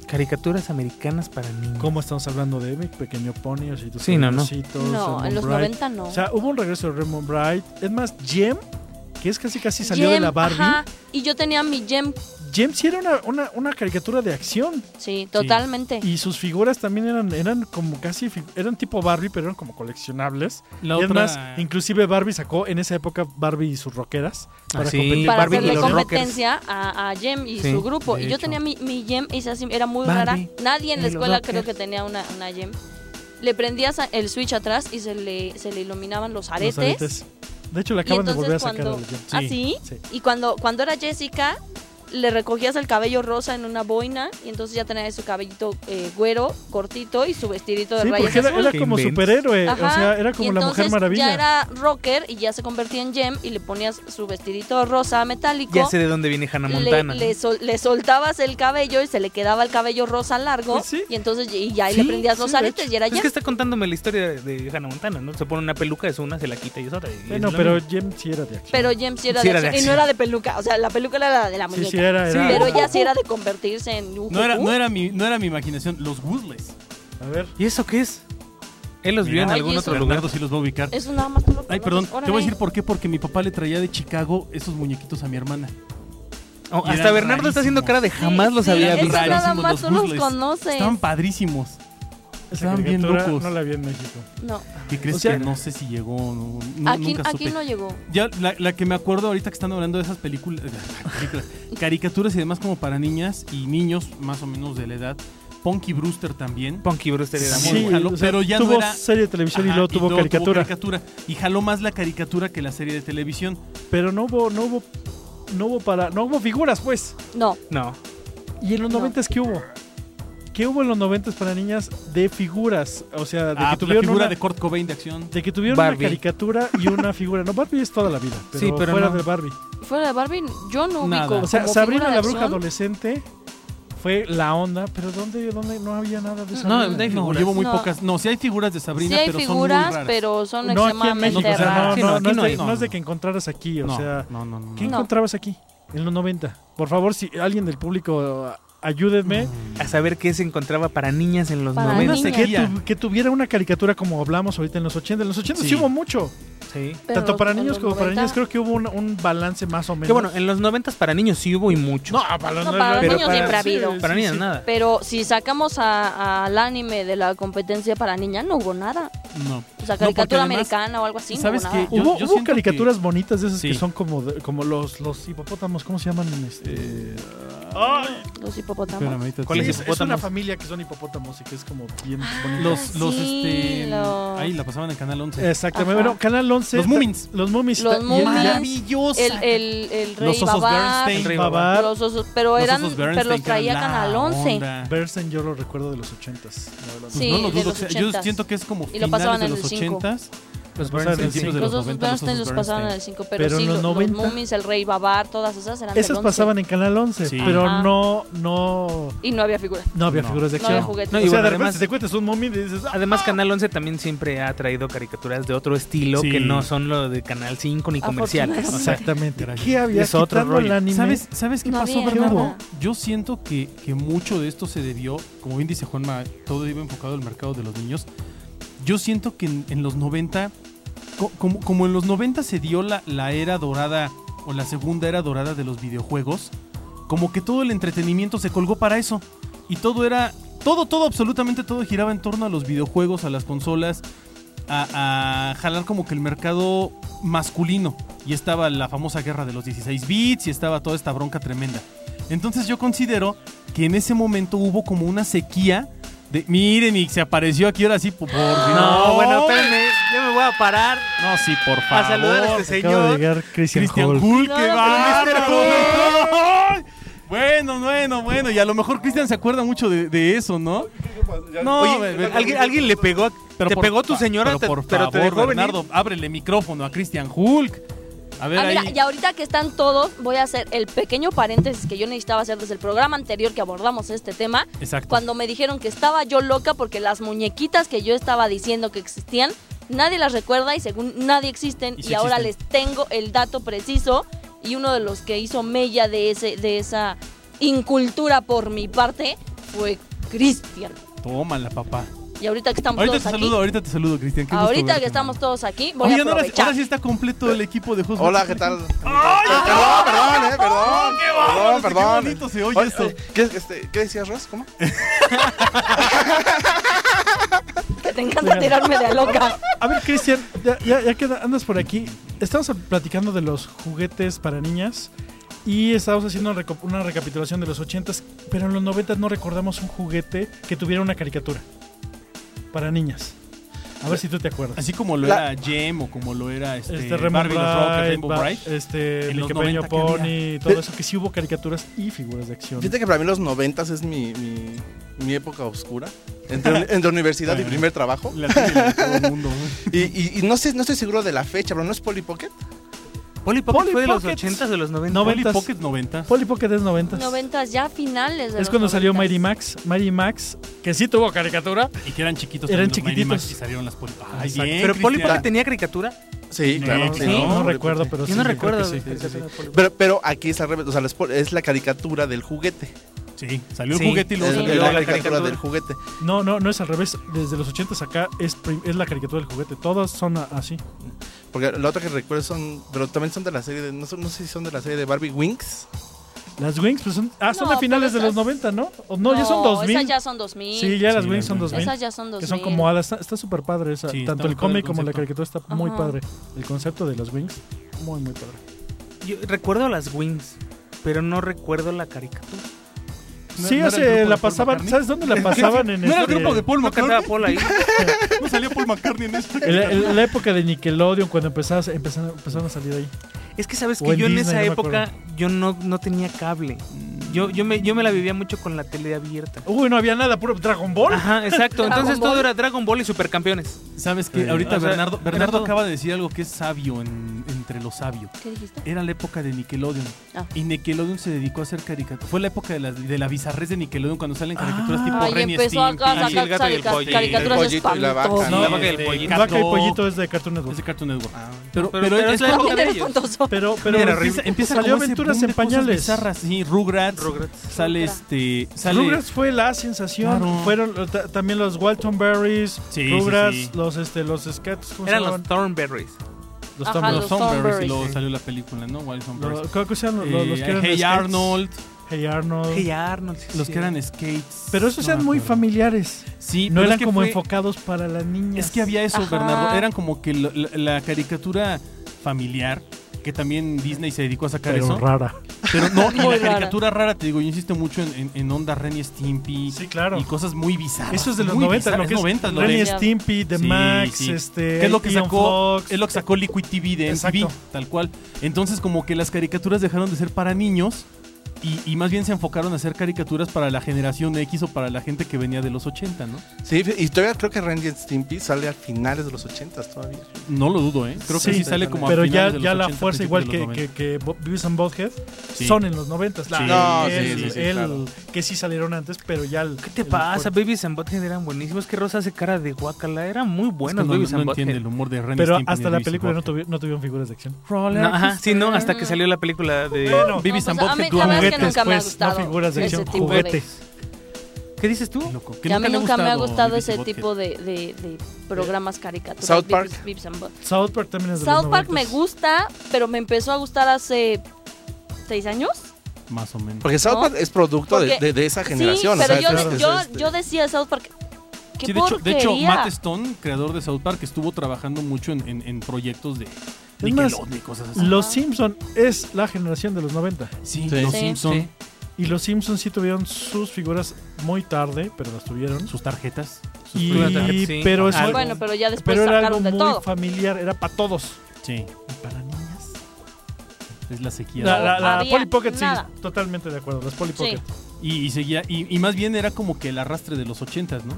Caricaturas americanas para niños.
¿Cómo estamos hablando de Mi Pequeño Pony? Ositos
Sí, no, no.
Cariñositos,
No,
Rainbow
en los
Bright.
90 no.
O sea, hubo un regreso de Raymond Bright. Es más, Jem, que es casi casi salió de
Gem,
la Barbie.
ajá, y yo tenía mi gem,
Jem sí era una, una, una caricatura de acción.
sí, totalmente.
Y sus figuras también eran, eran como casi, fi- eran tipo Barbie, pero eran como coleccionables.
La
y es
otra-
más, inclusive Barbie sacó en esa época Barbie y sus rockeras. Para
Ah, sí.
competir.
para
Barbie y
hacerle
los
competencia a, a Jem y
Sí,
su grupo.
de
Y yo
hecho.
tenía mi, mi Jem, y esa sí era muy
Barbie
rara. Nadie en la
y los
escuela creo
Rockers.
que tenía una, una Jem. Le prendías a- el switch atrás y se le, se le iluminaban los
Los
aretes.
aretes. De hecho, la
Y
acaban de volver a
entonces
sacar
cuando...
a la Jem.
¿Ah, sí? Y cuando, cuando era Jessica, le recogías el cabello rosa en una boina y entonces ya tenía su cabellito eh, güero, cortito y su vestidito de
Sí,
rayas
porque era,
azul.
era
Qué
como
inventos.
superhéroe, o
Ajá,
sea, era
y
como la
entonces
Mujer Maravilla.
Ya era rocker y ya se convertía en Jem y le ponías su vestidito rosa metálico.
Ya sé de dónde viene Hannah
le,
Montana.
le sol- le soltabas el cabello y se le quedaba el cabello rosa largo.
Pues sí.
Y entonces y ya ahí
Sí,
le prendías
sí,
los
de
aretes
hecho.
y era
Es
ya.
que está contándome la historia de- de Hannah Montana, ¿no? Se pone una peluca, es una, se la quita y es otra. y es
Bueno,
lo
pero
mismo.
Jem sí era de acción.
Pero James sí era,
Sí
de,
era de
acción, Y
acción.
no era de peluca. O sea, la peluca era la de la
sí,
muñeca.
sí era, era.
Pero ya sí era de convertirse en un
No era,
jujú.
no, era mi, no era mi imaginación, los Woodles.
A ver.
¿Y eso qué es? Él los vio en
Mira.
algún
Oye,
otro lugar.
Leonardo sí los va a ubicar.
Uh, Eso nada más tú lo
Ay,
conoces.
perdón, te
Órale.
voy a decir por qué, porque mi papá le traía de Chicago esos muñequitos a mi hermana.
Oh,
Y
hasta
eran
Bernardo está haciendo
rarísimos.
cara de jamás
Sí,
los
sí,
había
eso
visto.
nada
Rarísimos
más
los
tú los
Woodleys.
conoces.
Estaban padrísimos. Estaban bien locos.
No la vi en México.
No,
¿Qué crees
O sea-
que no sé si llegó? No, nu-
aquí,
nunca
aquí
supe.
no llegó.
Ya la, la que me acuerdo ahorita que están hablando de esas películas, (laughs) películas, caricaturas y demás como para niñas y niños más o menos de la edad. Punky Brewster también.
Punky Brewster era
Sí,
muy bueno.
jaló, pero ya no
tuvo
era-
serie de televisión y
Ajá,
luego tuvo caricatura.
Y jaló más la caricatura que la serie de televisión.
pero no hubo, no hubo, no hubo para, no hubo figuras, pues.
No,
No,
¿Y en los
No.
noventas qué hubo? ¿Qué hubo en los noventas para niñas de figuras? O sea, de
Ah,
que
la
tuvieron
figura
una,
de Kurt Cobain de acción.
de que tuvieron
Barbie.
una caricatura y (laughs) una figura. No, Barbie es toda la vida, pero,
Sí, pero
fuera
no.
de Barbie.
fuera de Barbie yo no
Nada.
ubico.
O sea,
como
Sabrina
figura de
la bruja
acción.
adolescente fue la onda, pero ¿dónde, dónde no había nada de Sabrina?
no,
figuras.
llevo muy
No.
pocas. No, sí hay figuras de Sabrina,
Sí hay
pero son muy
figuras,
raras.
pero son
No aquí en
extremadamente
México, o sea, no,
raras.
Sí,
no,
no,
no
aquí
es
no
de,
hay, no,
no es de
no.
que encontraras aquí, o
no,
sea,
no, no, no,
¿qué
no.
No.
encontrabas aquí en los 90? Por favor, si alguien del público ayúdenme,
a saber qué se encontraba para niñas en los
Para
Una
90.
niñas.
que,
sequía.
tu- que tuviera una caricatura como hablamos ahorita en los 80. En los 80 sí,
Sí.
hubo mucho.
Sí.
Pero
tanto para
en
niños
los
como para
90,
niñas creo que hubo un, un balance más o menos.
Que bueno, en los 90 para niños sí hubo y mucho.
No, para los
No, para los
pero
niños siempre ha habido.
para niñas
sí.
nada.
Pero si sacamos a- al anime de la competencia para niña, no hubo nada.
No.
O sea,
No, porque
caricatura
además-
americana o algo así,
¿sabes
no hubo
qué?
nada.
Yo-
Hubo,
yo
hubo
siento
caricaturas bonitas de esas que
Sí.
son como, de- como los, los hipopótamos, ¿cómo se llaman? en Este?
Los hipopótamos.
Espérame, ahorita
¿Cuál
te
es,
es
digo.
es una
hipopótamos.
familia que son hipopótamos y que es como bien
Ah.
bonita.
Los, los,
sí,
este...
los-
Ahí la pasaban en Canal 11.
Exactamente.
Ajá.
Bueno, Canal 11.
Los Moomins.
Los Moomins.
Los
Y-
Moomins.
Maravillosa.
El, el, el rey
Los osos
Babar,
Bernstein.
el rey
Babar.
los osos- pero eran,
osos
pero
Bernstein,
los
que eran
traía
la
Canal 11.
onda.
Bersen yo lo recuerdo de los 80s. la verdad.
Pues
Sí,
no lo
de
dudo,
los
o sea, Yo
80s.
siento que es como
Y lo pasaban
finales de
en
los
el cinco.
80s.
Los
Los
Bersen,
principios
sí.
de los
Los osos
90, los
Bernstein los
osos
pasaban en el
Bernstein.
5, pero,
Pero
sí,
en los
los,
90.
Mummies, el Rey Babar, todas esas eran del
Esas
11.
pasaban en Canal 11,
Sí.
pero
Ajá.
no, no,
Y no había figuras,
no había
No.
figuras de
Ah. no
acción.
había juguetes.
No,
o
y
sea,
bueno,
de repente
además-
si te cuentas un mommy y dices, ah,
Además, Canal 11 también siempre ha traído caricaturas de otro estilo
Sí.
que no son lo de Canal 5 ni comerciales. O sea,
exactamente.
Gracias.
¿Qué había
Es otro
quitando
rollo.
el anime?
¿Sabes, ¿Sabes qué
No
pasó,
había
Bernardo?
nada.
Yo siento que, que mucho de esto se debió, como bien dice Juanma, todo iba enfocado al mercado de los niños. Yo siento que en, en los 90, co- como, como en los 90 se dio la, la era dorada o la segunda era dorada de los videojuegos, como que todo el entretenimiento se colgó para eso. Y todo era, todo, todo, absolutamente todo giraba en torno a los videojuegos, a las consolas, a, a jalar como que el mercado masculino. Y estaba la famosa guerra de los 16 bits y estaba toda esta bronca tremenda. Entonces yo considero que en ese momento hubo como una sequía de... Miren, y se apareció aquí ahora sí por... por-
no, bueno, espérenme, yo me voy a parar
No, sí, por
a
favor.
saludar a este
Acaba de
señor.
llegar Christian,
Christian
Hall.
Hull,
No,
qué
no,
bárbaro. Ay, Bueno, bueno, bueno. Y a lo mejor Cristian se acuerda mucho de, de eso, ¿no? No,
Oye,
ve- ve-
¿alguien, alguien le pegó, a- te
por
pegó tu
fa-
señora,
pero
te-
por
pero
favor,
te dejó venir.
Bernardo, ábrele micrófono a Christian Hulk. A ver
Ah, mira,
ahí.
y ahorita que están todos, voy a hacer el pequeño paréntesis que yo necesitaba hacer desde el programa anterior que abordamos este tema.
Exacto.
Cuando me dijeron que estaba yo loca porque las muñequitas que yo estaba diciendo que existían, nadie las recuerda y según nadie existen.
Y
Y,
sí
ahora les
existen.
tengo el dato preciso y uno de los que hizo mella de, ese, de esa incultura por mi parte fue Cristian.
Tómala, papá.
Y ahorita que estamos
Ahorita te
todos aquí,
saludo, ahorita te saludo, Cristian. qué gusto
ahorita
verte,
que estamos
mano.
todos aquí, voy
Oigan,
a
ahora,
aprovechar.
ahora sí está completo el equipo de Hot
Hola, ¿qué tal? perdón, perdón, eh, perdón.
¡Qué bárbaro!
perdón,
¡Qué bonito
perdón.
se oye
Oye,
esto!
eh,
oye, ¿qué, este, ¿Qué decías, Ross? ¿Cómo?
que te encanta tirarme de loca.
A ver, Cristian, ya, ya, ya que andas por aquí, estamos platicando de los juguetes para niñas y estamos haciendo una, reco- una recapitulación de los 80s, pero en los 90 no recordamos un juguete que tuviera una caricatura para niñas. A ver si tú te acuerdas.
Así como lo
La-
era Jem o como lo era este,
Este
Barbie
Rainbow
los Rockets,
Bright,
Rainbow
Ba-
Bright.
este
En los
Nicky Peña
90 que
Pony,
había.
todo
De-
eso que sí hubo caricaturas y figuras de acción.
Fíjate que para mí los noventas es mi, mi, mi época oscura. Entre, entre universidad y primer trabajo.
La tele de todo el mundo.
Y, y- y no sé, no estoy seguro de la fecha, pero ¿no es Polly Pocket?
Polly Pocket
Polly
fue de los
Pocket.
80 de los 90.
No,
Polly
Noventas.
Pocket 90.
Polly Pocket es 90.
Noventas, ya finales de
Es cuando salió Mighty
Mary
Max. Mighty Max, que sí tuvo caricatura.
Y que eran chiquitos.
Eran
también los Mighty
chiquititos.
Max Y salieron las Polly Ay,
Exacto.
bien,
pero Polly
Cristian.
Pocket tenía caricatura.
Sí, claro.
Sí,
sí,
sí.
No,
No,
no
Polly
recuerdo,
Pocket.
pero sí.
yo no
creo
recuerdo.
que sí.
caricatura de Polly Pocket.
Pero, pero aquí es al revés, o sea, los Polly- es la caricatura del juguete.
Sí, salió el
Sí.
juguete y luego
Es
salió
es
luego
la
la
caricatura
caricatura.
del juguete.
No, no, no es al revés. Desde los 80 acá es, prim- es la caricatura del juguete. Todas son a- así.
Porque la otra que recuerdo son, pero también son de la serie de, no, son- no sé si son de la serie de Barbie Winx.
Las Wings, pues son, ah, son
No,
de finales de
pero
los
esas-
90, ¿no? O- no, ya son 2000.
Esas ya son 2000.
Sí, ya las
Sí,
Wings son
las
2000.
Esas ya son 2000.
Que son como alas. Está- Está súper padre esa.
Sí, está
Tanto
muy
el
padre el
cómic como la
concepto.
caricatura está muy
Ajá.
padre. El concepto de las Wings, muy, muy padre.
Yo recuerdo las Wings, pero no recuerdo la caricatura.
¿No-
sí,
no era el grupo
hace,
de
la
Paul
pasaban.
McCartney?
¿Sabes dónde
(laughs)
la pasaban? en
¿No era el
este-
grupo de Paul
No cantaba
McCartney?
Paul ahí.
¿No Pues, salía Paul McCartney en esta?
en la- en la época de Nickelodeon, cuando empezabas, empezaron, empezaron a salir ahí.
Es que sabes
O
que
en
yo en
Disney,
esa
no me
época yo no, no tenía cable. Yo, yo, me, yo me la vivía mucho con la tele abierta.
Uy, no había nada, puro Dragon Ball.
Ajá, exacto. Entonces
Dragon
todo
Ball.
era Dragon Ball y Supercampeones.
¿Sabes qué?
Sí.
Ahorita
O sea,
Bernardo,
era
Bernardo
todo.
acaba de decir algo que es sabio en- entre los sabios.
¿Qué dijiste?
Era la época de Nickelodeon.
Ah.
Y Nickelodeon se dedicó a hacer caricaturas. Fue la época de la, de la bizarrez de Nickelodeon cuando salen
Ah.
caricaturas tipo
Ay,
Ren y
empezó a
Stimpy.
ca-
Así el
sacar
gato y el
carica-
pollo.
El
caricaturas
pollito y la
espantosas. (laughs)
vaca,
No,
La vaca y el
este,
pollito.
Vaca y
Cat Dog,
Pollito es de Cartoon Network.
Es de Cartoon Network.
Ah,
Pero,
Pero, pero es la
No,
época de
era
ellos.
espantoso.
Pero, pero
Era
empieza,
horrible.
empieza
salió
como ese
Aventuras
boom de
en
cosas
Pañales.
bizarras, sí, Rugrats.
Rugrats.
Sale
Rugrats.
este. Sale,
Rugrats fue la sensación.
Claro.
Fueron eh, ta- también los Walton Berries,
Sí,
Rugrats,
sí, sí.
los este los Scats, ¿cómo se
Eran los
llamaban?
Thornberries.
Los
Ajá,
Tumblr.
Los Thornberries.
los Thornberries.
Y luego
Sí.
salió la película, ¿no? Wild Thornberries.
Lo- ¿Cómo que se llaman? Los, los
Eh,
que eran
hey
skates.
Arnold.
Hey Arnold.
Hey Arnold. sí,
Los
sí.
que eran skates.
Pero esos
no
eran
me
muy
acuerdo.
familiares.
Sí,
No
pero
eran
es que
como
fue-
enfocados para las niñas.
Es que había eso,
Ajá.
Bernardo. Eran como que la, la- la caricatura familiar, que también Disney se dedicó a sacar
Pero
eso.
rara.
Pero no, y
(laughs) Muy
la
rara.
caricatura rara, te digo, yo insisto mucho en, en- en onda Ren y Stimpy.
Sí, claro.
Y cosas muy bizarras.
Eso es de los
muy
90, lo
bizarras,
que es
90, lo
Ren y
de-
de-
Stimpy, The
Sí,
Max,
sí.
este,
que es lo que
Ian
sacó,
Fox.
es lo que sacó Liquid TV de MTV,
Exacto.
tal cual. Entonces, como que las caricaturas dejaron de ser para niños y, y más bien se enfocaron a hacer caricaturas para la generación X o para la gente que venía de los 80, ¿no?
Sí, y todavía creo que Randy Stimpy sale a finales de los 80 todavía.
No lo dudo, ¿eh? Creo que sí
Sí,
sale como a
Pero ya,
finales de los
ya la
80,
fuerza, igual que,
principios de
que,
los
que Bo- Beavis and Butthead,
Sí.
son en los 90. La-
Sí.
No, sí,
el-
sí, sí,
el-
claro.
Que sí salieron antes, pero ya. el-
¿Qué te
el
pasa?
fuerte.
Babies and Butthead eran buenísimos. Que Rosa hace cara de guacala. Eran muy buenos
Es que no-
Babies
no,
and
entiende
Butthead.
el humor de Ren y
Pero
Stimpy
hasta
ni
la
Reese y
película no,
Butthead.
tuvi- no tuvieron figuras de acción.
No, ajá, sí, no, hasta que salió la película de...
Bueno,
Babies
No,
and
pues, a mí-
juguetes,
Butthead
la verdad es que nunca me ha
pues,
gustado.
no figuras de
ese
acción,
tipo de-
juguetes.
¿Qué dices tú?
Loco, que
Que a mí
le ha
nunca me ha gustado
Reese y
ese
Butthead.
tipo de, de- de programas caricaturas.
South Park.
Beavis- Beavis and Butt-
South Park también es de los
South Park
90s.
me gusta, pero me empezó a gustar hace seis años.
Más o menos.
Porque South
No.
Park es producto de-
Porque-
de, de esa generación.
sí,
o
pero
sea,
yo,
es- este es-
yo,
es-
yo decía South Park, qué
Sí, de, hecho, de
porquería.
hecho, Matt Stone, creador de South Park, estuvo trabajando mucho en, en- en proyectos de
más,
Nickelodeon y cosas así.
Los Simpson es la generación de los 90.
Sí,
Sí.
los
Sí.
Simpson,
Sí.
Y los Simpson sí tuvieron sus figuras muy tarde, pero las tuvieron.
sus tarjetas. sus
Y-
propias tarjetas.
sí.
pero eso-
Ah,
bueno, pero ya después
pero era algo
sacaron
muy
de todo.
familiar, era para todos.
Sí.
Para niñas.
Es la sequía.
La, la- la
había
Polly Pocket
nada.
sí, totalmente de acuerdo. Las Polly
Sí.
Pocket.
Y, y seguía. Y, y más bien era como que el arrastre de los ochentas, ¿no?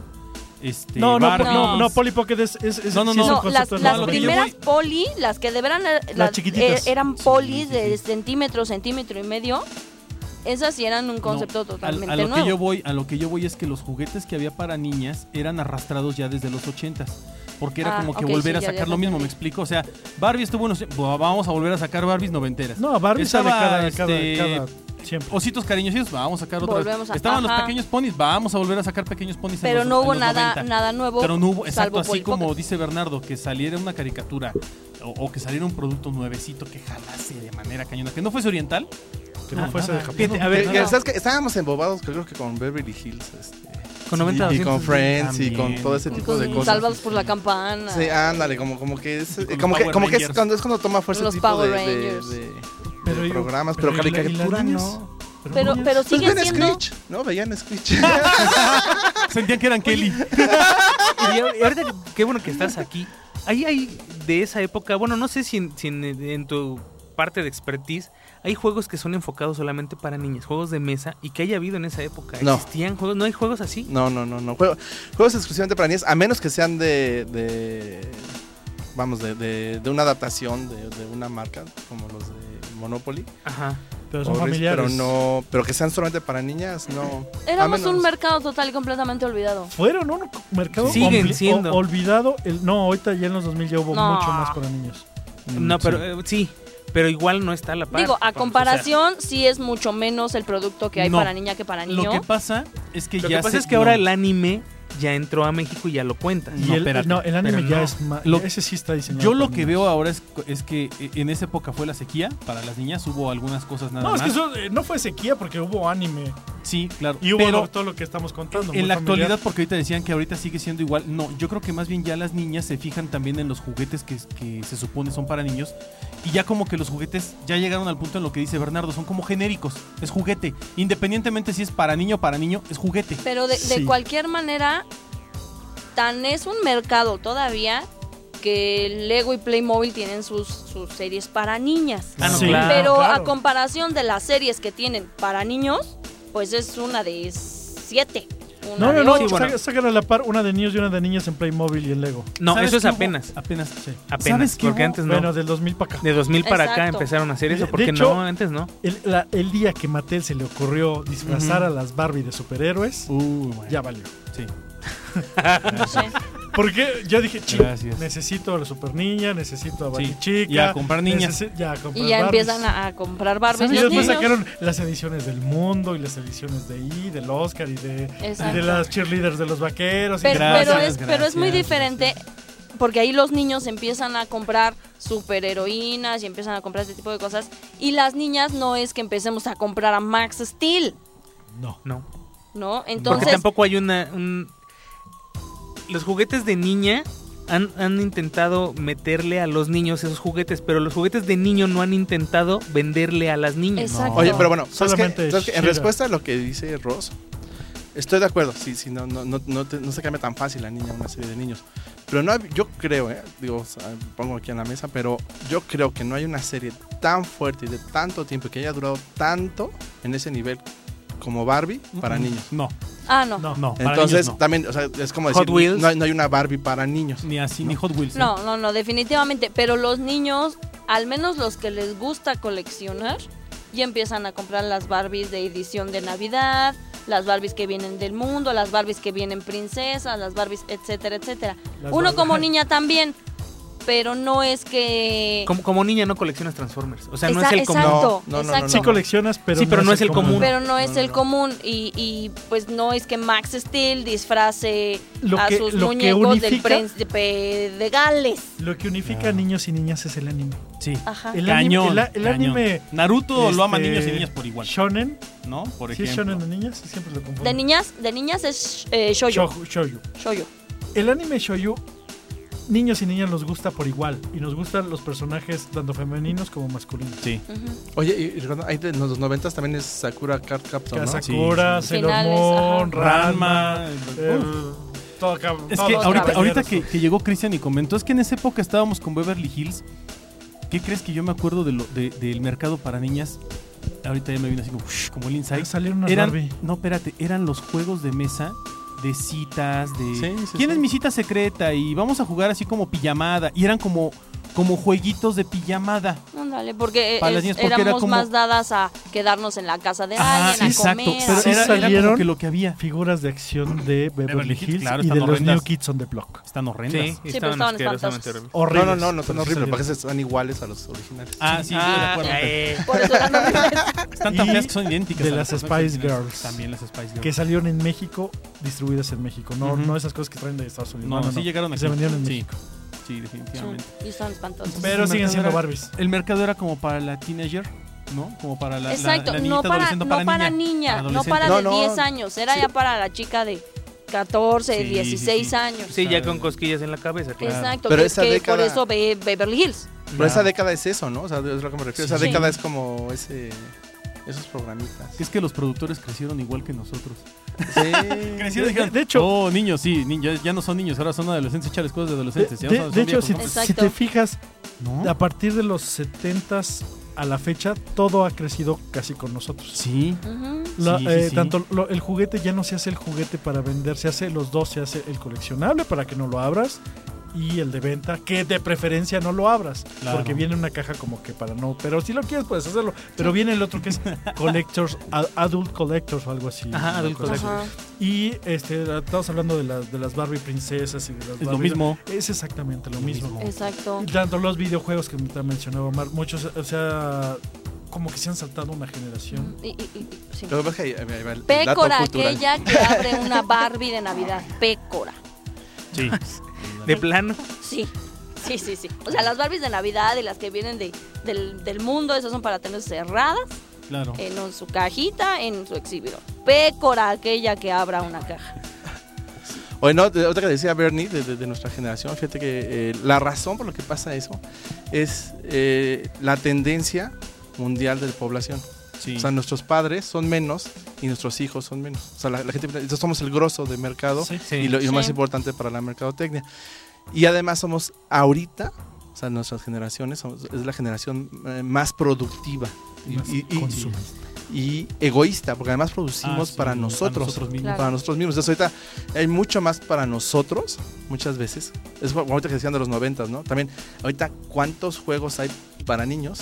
Este,
No, no,
Barbies.
po- no, no, Polly Pocket es, es, es-
No, no,
sí es
no.
un
No, las,
concepto de
las
lo
los
que yo
primeras
voy-
poli, las que de verán er- las-
chiquititas.
er- eran
Sí,
polis
sí,
de
sí.
centímetro, centímetro y medio, esas sí eran un
No,
concepto
a-
totalmente
a, lo
nuevo.
que yo voy a lo que yo voy es que los juguetes que había para niñas eran arrastrados ya desde los ochentas porque era
Ah,
como que
ok,
volver
sí,
a
ya, ya
sacar
te
lo mismo me
entendí.
explico o sea Barbie estuvo en los- va- vamos a volver a sacar Barbies noventeras
No, Barbie sale
Estaba,
cada, cada,
este,
cada- siempre.
ositos cariñositos vamos a sacar otra vez.
Volvemos a-
estaban los
ajá.
pequeños ponis vamos a volver a sacar pequeños ponis en
pero
los-
no
en
hubo
los
nada
90.
nada nuevo.
pero no hubo exacto
salvo
así
Polly
como
Pocket.
dice Bernardo que saliera una caricatura o, o que saliera un producto nuevecito que jalase de manera cañona que no fuese oriental
Que no
Ah,
fuese de
nada.
Japón.
Fíjate, a ver,
que- que sabes que estábamos embobados, creo que con Beverly Hills. este,
Con 90
y, y con
200,
Friends y con
también.
todo ese tipo
Con
de cosas.
Salvados por la campana.
Sí,
ah,
ándale, como, como que es.
Y con
Como
los
que,
Power
como que es,
Rangers.
cuando, es cuando toma fuerza
Los
ese tipo de,
Power
de-
Rangers.
de- de
Pero digo,
programas, pero,
pero y la- y las
caricatura
niñas,
no.
pero
niñas.
pero
Pues
sigue
ven
siendo
Screech, ¿no? Veían Screech. (laughs)
(laughs) sentían que eran Kelly
Y ahor- y ahorita, qué bueno que estás aquí. Ahí hay de esa época, bueno, no sé si en, si en- en tu parte de expertise hay juegos que son enfocados solamente para niñas, juegos de mesa y que haya habido en esa época.
No.
¿Existían juegos? ¿No hay juegos así?
No, no, no, no. Juego- juegos exclusivamente para niñas, a menos que sean de. de- vamos, de, de- de una adaptación de, de una marca, como los de Monopoly.
Ajá.
Pero son
o Risk,
familiares.
Pero no. Pero que sean solamente para niñas, no.
éramos
A menos.
un mercado total y completamente olvidado.
Fueron un mercado
Siguen
compli-
siendo.
o- olvidado. El, no, ahorita ya en los 2000 ya hubo
No.
mucho más para niños.
No, pero eh, sí, pero igual no está a la parte.
Digo, a comparación sí es mucho menos el producto que hay
No.
para niña que para niño.
Lo que pasa es que
lo
ya
que pasa
se-
es que ahora
no.
el anime ya entró a México y ya lo cuentas.
Y
No,
el,
espérate,
no, el anime
pero
ya
no.
es ma-
Lo-
ese sí está diseñado.
Yo lo
para
que
niños.
veo ahora es, es que eh, en esa época fue la sequía para las niñas, hubo algunas cosas nada
No, es
más.
que eso, eh, no fue sequía porque hubo anime.
Sí, claro.
Y hubo
pero
lo- todo lo que estamos contando. muy
en la
familiar.
actualidad, porque ahorita decían que ahorita sigue siendo igual, no, yo creo que más bien ya las niñas se fijan también en los juguetes que, que se supone son para niños. Y ya como que los juguetes ya llegaron al punto en lo que dice Bernardo, son como genéricos, es juguete. Independientemente si es para niño o para niño, es juguete.
Pero de, de
Sí.
cualquier manera, tan es un mercado todavía que Lego y Playmobil tienen sus, sus series para niñas.
Ah, no,
Sí.
claro.
Pero
claro.
a comparación de las series que tienen para niños, pues es una de siete. una
No, no,
de
no.
ocho.
saca- Sacan a la par una de niños y una de niñas en Playmobil y en Lego.
No,
¿Sabes
eso es
qué hubo?
apenas.
Apenas, sí.
Apenas.
qué
Porque
hubo?
antes no.
Bueno, del 2000 para acá.
de 2000 para acá
Exacto.
empezaron a hacer
De-
eso.
de
Porque
hecho-
no, antes no.
El, la- el día que Mattel se le ocurrió disfrazar
Ujú.
a las Barbie de superhéroes,
Uh, bueno,
ya valió.
sí.
No sé.
Porque yo dije, "Chin,
Gracias.
necesito a la super niña, necesito a Barbie
Sí,
chica.
y a comprar niñas.
necesi- Ya a comprar
Y ya
Barbies".
empiezan a, a comprar Barbies
Y
los
después
niños.
sacaron las ediciones del mundo y las ediciones de I, del Oscar y de, y
Exacto.
de las cheerleaders de los vaqueros. y
Pero,
de-
pero
Gracias,
es, pero es muy
gracias.
diferente porque ahí los niños empiezan a comprar superheroínas y empiezan a comprar este tipo de cosas. Y las niñas no es que empecemos a comprar a Max Steel,
No.
No.
¿no?
Porque
Entonces,
tampoco hay una. un- Los juguetes de niña han, han intentado meterle a los niños esos juguetes, pero los juguetes de niño no han intentado venderle a las niñas.
exacto.
Oye, pero bueno, ¿sabes qué?
Solamente
¿Sabes qué? en
Shira.
respuesta a lo que dice Ross, estoy de acuerdo. Sí, sí, no, no, no, no, te- no se cambia tan fácil la niña a una serie de niños. Pero no, hab- yo creo, ¿eh? digo, o sea, pongo aquí en la mesa, pero yo creo que no hay una serie tan fuerte y de tanto tiempo y que haya durado tanto en ese nivel como Barbie para niños.
No,
Ah, no.
No.
no. para
Entonces,
niños no. Mm.
también, o sea, es como
Hot
decir,
Wheels.
no, hay- no hay una Barbie para niños.
ni así, ni Hot Wheels. ¿eh?
No, no, no, definitivamente. Pero los niños, al menos los que les gusta coleccionar, ya empiezan a comprar las Barbies de edición de Navidad, las Barbies que vienen del mundo, las Barbies que vienen princesas, las Barbies, etcétera, etcétera.
Las
Uno
Barbies.
como niña también, pero no es que...
Como, como niña no coleccionas Transformers. O sea, no
Exa-
es el común.
exacto,
No, no, no, no,
exacto.
Sí coleccionas, pero,
Sí, pero no es el común.
Pero no es
No, no,
el
no.
común y, y, pues no es que Max Steel disfrace
Lo
a
que-
sus
lo que
muñecos del
unifica-
príncipe de Gales.
Lo que unifica
Ah.
a niños y niñas es el anime.
Sí.
Ajá.
El
cañón,
anime, el, el
cañón.
anime
Naruto lo aman
este,
niños y niñas por igual,
Shonen,
¿no? Por
si
ejemplo.
es shonen de niñas, siempre lo confundo.
De niñas, de niñas es eh, shoujo.
Shoujo- shoujo.
Shoujo.
El anime shoujo, niños y niñas nos gusta por igual. Y nos gustan los personajes tanto femeninos como masculinos.
Sí.
Ujú.
Oye, y, y recuerda, ahí de los los noventas también es Sakura Card Captor, ¿no?
Sakura,
Sí,
sí.
Sailor
Finales,
Moon,
ajá.
Ranma.
Ranma.
el-
Uf.
todo acá-
Es
todos
que
los
ahorita,
caballeros.
ahorita que, que llegó Cristian y comentó, es que en esa época estábamos con Beverly Hills. ¿Qué crees que yo me acuerdo de lo- de- del mercado para niñas? Ahorita ya me vino así como, "Ush", como el
Ah,
Inside.
salieron unas
Eran,
Barbie.
no, espérate, eran los juegos de mesa de citas, de...
Sí, sí,
¿Quién
sí.
es mi cita secreta? Y vamos a jugar así como pijamada. Y eran como, como jueguitos de pijamada.
Ándale, porque, eh,
Para las
es-
niñas, porque era
éramos
como-
más dadas a quedarnos en la casa de
Ah,
alguien, a
exacto.
comer.
Pero
a-
Sí
era, era como
salieron.
que lo que había.
Figuras de acción de Beverly
Beverly Hills,
Hills
claro,
y de
están
los
horrendas.
New Kids on the Block.
Están
Sí, y
horrendas.
pero
estaban
pues, estaban
asquerosamente
espantosos.
horribles.
No,
Horribles.
no, no, no son
pero sí
horribles, porque
salieron.
esos son iguales a los originales.
Ah, sí, estoy de
Ah,
acuerdo.
eh.
Por eso
(laughs)
eran horribles.
Están tan
Y
feas que son idénticas.
de
a
las
personas
Spice
originales.
Girls.
También las Spice Girls.
que salieron en México, distribuidas en México. No,
Ujú.
no esas cosas que traen de Estados Unidos.
No, sí llegaron
que
aquí.
Se vendieron en
Sí.
México.
Sí, definitivamente.
y son espantosos.
Pero
Sí,
siguen
mercado
siendo
era-
Barbies.
El mercado era como para la teenager, ¿no? Como para la, la-
Exacto,
la
no
niñita
para,
adolescente,
no
para
para,
niña.
niña, no
adolescente.
para
No,
de
no.
10 años, era
Sí.
ya para la chica de 14,
Sí, sí,
16
sí.
años.
Sí, ya con cosquillas en la cabeza. claro.
Exacto,
Pero
que-
esa
que
década-
por eso ve Beverly Hills.
Pero esa década es eso, ¿no? O sea, es lo que me refiero.
Sí.
esa
Sí.
década es como ese, esos programitas.
Es que los productores crecieron igual que nosotros.
Sí.
De- de- de hecho-
oh, niños, sí, ni- ya, ya no son niños, ahora son adolescentes, echales cosas de
De,
adolescentes. ya
de-
son- son
de hecho,
viejos,
si,
¿no?
Exacto.
si te fijas,
¿no?
a partir de los 70s a la fecha, todo ha crecido casi con nosotros.
Sí,
Ujú.
La-
Sí, sí,
eh,
sí.
Tanto lo- el juguete ya no se hace el juguete para vender, se hace los dos, se hace el coleccionable para que no lo abras y el de venta, que de preferencia no lo abras,
Claro.
porque viene una caja como que para no, pero si lo quieres puedes hacerlo, pero viene el otro
(laughs)
que es Collectors, a- Adult Collectors o algo así.
Ajá, Adult
Una cosa así.
Ajá.
Y este, estamos hablando de las, de las Barbie princesas y de las
es lo
Barbie-
mismo.
Es exactamente lo,
Lo
mismo.
mismo.
Exacto.
Y tanto los videojuegos que me mencionaba Omar, muchos eh, se ha como que se han saltado una generación.
Y- y- y- y- sí.
(laughs) Lo que pasa es que ahí- ahí va el dato
Pécora,
cultural.
aquella que abre una Barbie de Navidad. Pécora.
Sí.
De plano.
Sí, sí, sí, sí. O sea, las Barbies de Navidad y las que vienen de, del, del mundo, esas son para tener cerradas
Claro.
en un- su cajita, en su exhibidor. Pécora, aquella que abra una caja.
Oye, no, de- otra que decía Bernie de, de- de nuestra generación, fíjate que eh, la razón por la que pasa eso es eh, la tendencia mundial de la población.
Sí.
O sea, nuestros padres son menos y nuestros hijos son menos. O sea, la, la gente, nosotros somos el grosso de mercado
Sí.
Sí.
y
Ah,
lo, y lo
Sí.
más importante para la mercadotecnia. Y además somos ahorita, o sea, nuestras generaciones, somos- es la generación eh, más productiva y,
Más
y- y-
consumista.
y egoísta, porque además producimos
Ah, sí,
para nosotros
mismos.
Claro.
para nosotros mismos. Entonces, ahorita hay mucho más para nosotros, muchas veces. Es como ahorita que decían de los noventas, ¿no? También, ahorita, ¿cuántos juegos hay para niños?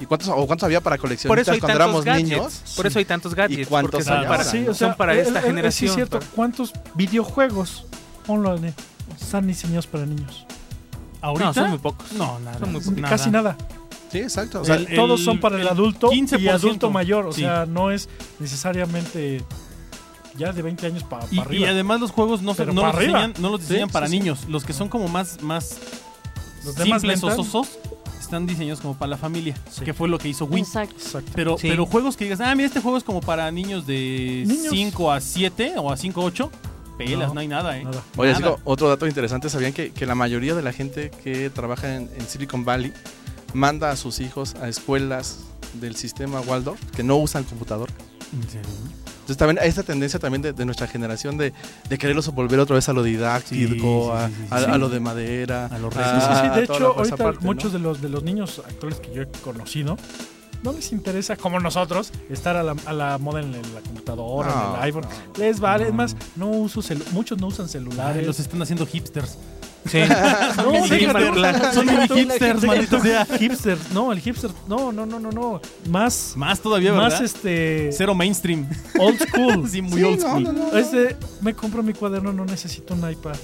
¿Y cuántos, o cuántos había para
Por eso
coleccionistas
hay
cuando
tantos
éramos
gadgets.
niños?
Por eso hay tantos gadgets.
cuántos
porque
hay
Ah,
son para,
ahora? Sí,
son para
el-
esta
el- el- Sí,
generación. pues.
es cierto. ¿Cuántos videojuegos online están diseñados para niños?
¿Ahorita?
No, son muy pocos.
No, nada.
Son muy pocos.
Casi nada.
Sí, exacto. O sea,
El-
Todos son para el,
el
adulto
15%.
y adulto mayor. O
Sí.
sea, no es necesariamente ya de 20 años para
Y, y
arriba.
además los juegos no, se-
Pero
no
para
los,
arriba.
diseñan, no los diseñan
Sí,
para
sí, sí.
niños. Los que son como más, más
Los demás
simples
lentas.
sosos están diseñados como para la familia.
Sí.
Que fue lo que hizo Wii.
Exacto.
Exacto.
Pero,
Sí.
pero juegos que digas, ah, mira, este juego es como para niños de
Niños.
5 a 7 o a 5 a 8. Pelas,
No,
no, hay nada, ¿eh?
Nada.
oye, así
nada.
como otro dato interesante, ¿sabían que, que la mayoría de la gente que trabaja en, en Silicon Valley manda a sus hijos a escuelas del sistema Waldorf que no usan computador?
¿En serio?
Entonces también hay esta tendencia también de, de nuestra generación de, de quererlos volver otra vez a lo
Sí,
didáctico,
sí,
a,
sí, sí,
a-
sí.
a lo de madera.
A lo
a-
recio.
Sí, sí, sí.
a
De
Ah, toda
hecho,
la- esa
ahorita
parte, ¿no?
muchos de, los, de los niños actuales que yo he conocido no les interesa, como nosotros, estar a la, a la moda en la computadora,
No,
en el iPhone.
no.
Les vale, es
No.
más, no uso celu- muchos no usan
Ah,
celulares.
los están haciendo hipsters.
Sí.
No,
(laughs) Sí,
déjate,
pero la-
son
déjate,
mini hipsters,
déjate,
maldito sea.
(laughs) Hipsters, no, el hipster, no, no, no, no, no. Más,
Más todavía, ¿verdad?
más este
Cero mainstream.
old school.
(laughs) sí, muy
Sí,
old
no,
school.
no, no, no.
Es de, me compro mi cuaderno, no necesito un iPad.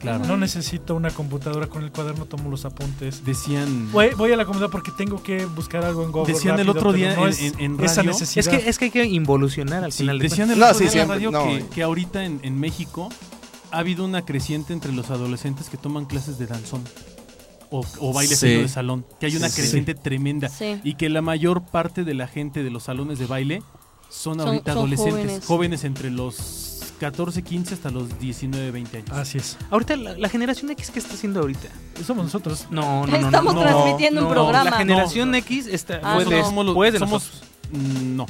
Claro.
No necesito una computadora, con el cuaderno tomo los apuntes.
Decían.
Voy, voy a la comunidad porque tengo que buscar algo en Google.
Decían el
rápido, pero
otro día
no
en-
es
en- en
esa
radio-
necesidad.
Es que, es que hay que involucionar al
Sí,
final. de
decían el
No,
otro
sí,
día en la
siempre,
radio
no.
que, que ahorita en, en México ha habido una creciente entre los adolescentes que toman clases de danzón o, o baile
Sí.
fino de salón, que hay una
Sí, sí.
creciente tremenda
Sí.
y que la mayor parte de la gente de los salones de baile son,
Son-
ahorita
son
adolescentes, jóvenes.
jóvenes.
entre los 14, 15 hasta los 19, 20 años.
Así es.
cuentas. Ahorita, la, la generación X, ¿qué está haciendo ahorita?
Somos nosotros.
No, no, no. no,
Estamos
no,
transmitiendo
no,
un programa.
La generación
No.
X está,
Ah,
fue
no.
de-
Somos los-
fue de
somos-
nosotros.
Mm, No,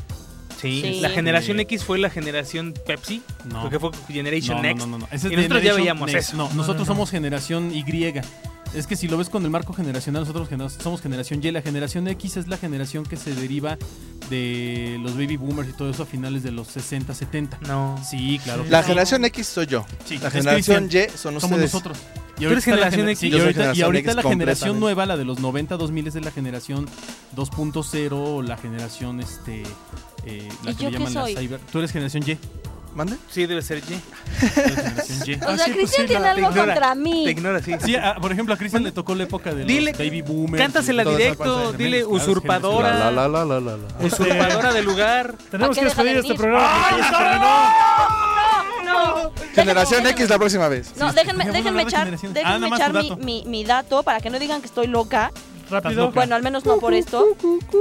Sí,
Sí.
la generación
Eh.
X fue la generación Pepsi,
no.
porque fue Generation
no,
Next.
No, no, no, no. Ese es
Y nosotros ya
Generation
veíamos
Next.
eso.
No, nosotros
no, no.
somos generación Y. Es que si lo ves con el marco generacional, nosotros gener- somos generación Y. La generación X es la generación que se deriva de los baby boomers y todo eso a finales de los 60, 70.
No.
Sí, claro. que
La
sí.
generación X soy yo.
Sí,
La
es
generación
Cristian.
Y son
somos
ustedes.
nosotros. Y
Tú
ahorita
eres
está la
generación
gener-
X.
sí,
Yo
y
soy
ahorita, y
generación
ahorita
X
la generación
completamente.
nueva, la de los 90, 2000, es la generación 2.0, la generación este. eh, la
¿Y
que
yo
le
qué
llaman la
soy?
cyber. Tú eres generación Y.
¿Mande?
Sí, debe ser Y.
tú eres generación Y.
(laughs) O sea,
cierto, sí,
Cristian tiene
la- te
algo
ignora,
contra
Te
mí.
ignora, sí.
Sí, a- por ejemplo, a Cristian le tocó la época de los
Dile-
baby boomers.
Cántasela
y todo.
toda esa
directo,
parte de
dile
memes, claro,
usurpadora,
La, la, la, la, la, la.
(laughs)
Este,
usurpadora de lugar.
tenemos
qué
que
deja de
despedir este
venir?
programa.
No,
Generación
déjenme-
X la próxima vez.
No,
Sí,
déjenme,
vamos a
déjenme
hablar de
echar,
generaciones. Ah,
déjenme
nada más
echar
tu
mi,
dato.
mi- mi dato para que no digan que estoy loca.
Rápido.
Estás
Bueno, al menos no por esto.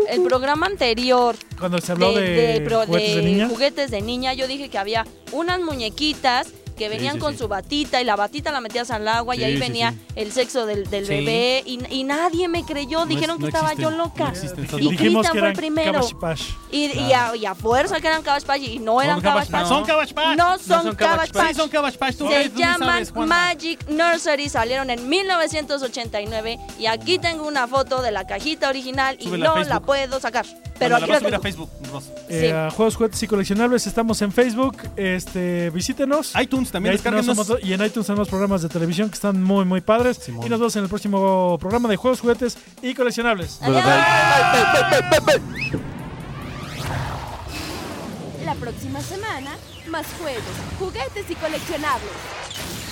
El programa anterior
Cuando se habló de,
pro-
juguetes de
de
niña.
juguetes de niña, yo dije que había unas muñequitas que venían
sí,
con
sí.
su batita y la batita la metías al agua
Sí,
y ahí
sí,
venía
sí.
el sexo del, del
Sí.
bebé y, y nadie me creyó,
No
dijeron
es-
que
no
estaba
existen,
yo
no
loca.
existen estas
Y
locuras.
Dijimos que
Cristian fue
eran
el primero.
Kabashipash.
Y, y a, y a fuerza que eran Cabbage Patch y no eran Cabbage Patch.
Son
Cabbage
Patch. No son Cabbage Patch.
Sí, son Cabbage Patch. Tú
Se
ves, tú ni
llaman
sabes, Juana.
Magic Nursery, salieron en 1989 y aquí tengo una foto de la cajita original y
Súbela a
no la
Facebook.
puedo sacar.
Bueno,
Pero
la
aquí
vas a subir
la
a
tengo.
Facebook, Ross.
Eh, a Juegos, juguetes y coleccionables. Estamos en Facebook. Este, visítenos.
iTunes
Y,
también
ahí tenemos-
descarguen
somos- y en iTunes tenemos programas de televisión que están muy, muy padres.
Simón.
Y nos vemos en el próximo programa de juegos, juguetes y coleccionables.
Adiós.
La próxima semana, más juegos, juguetes y coleccionables.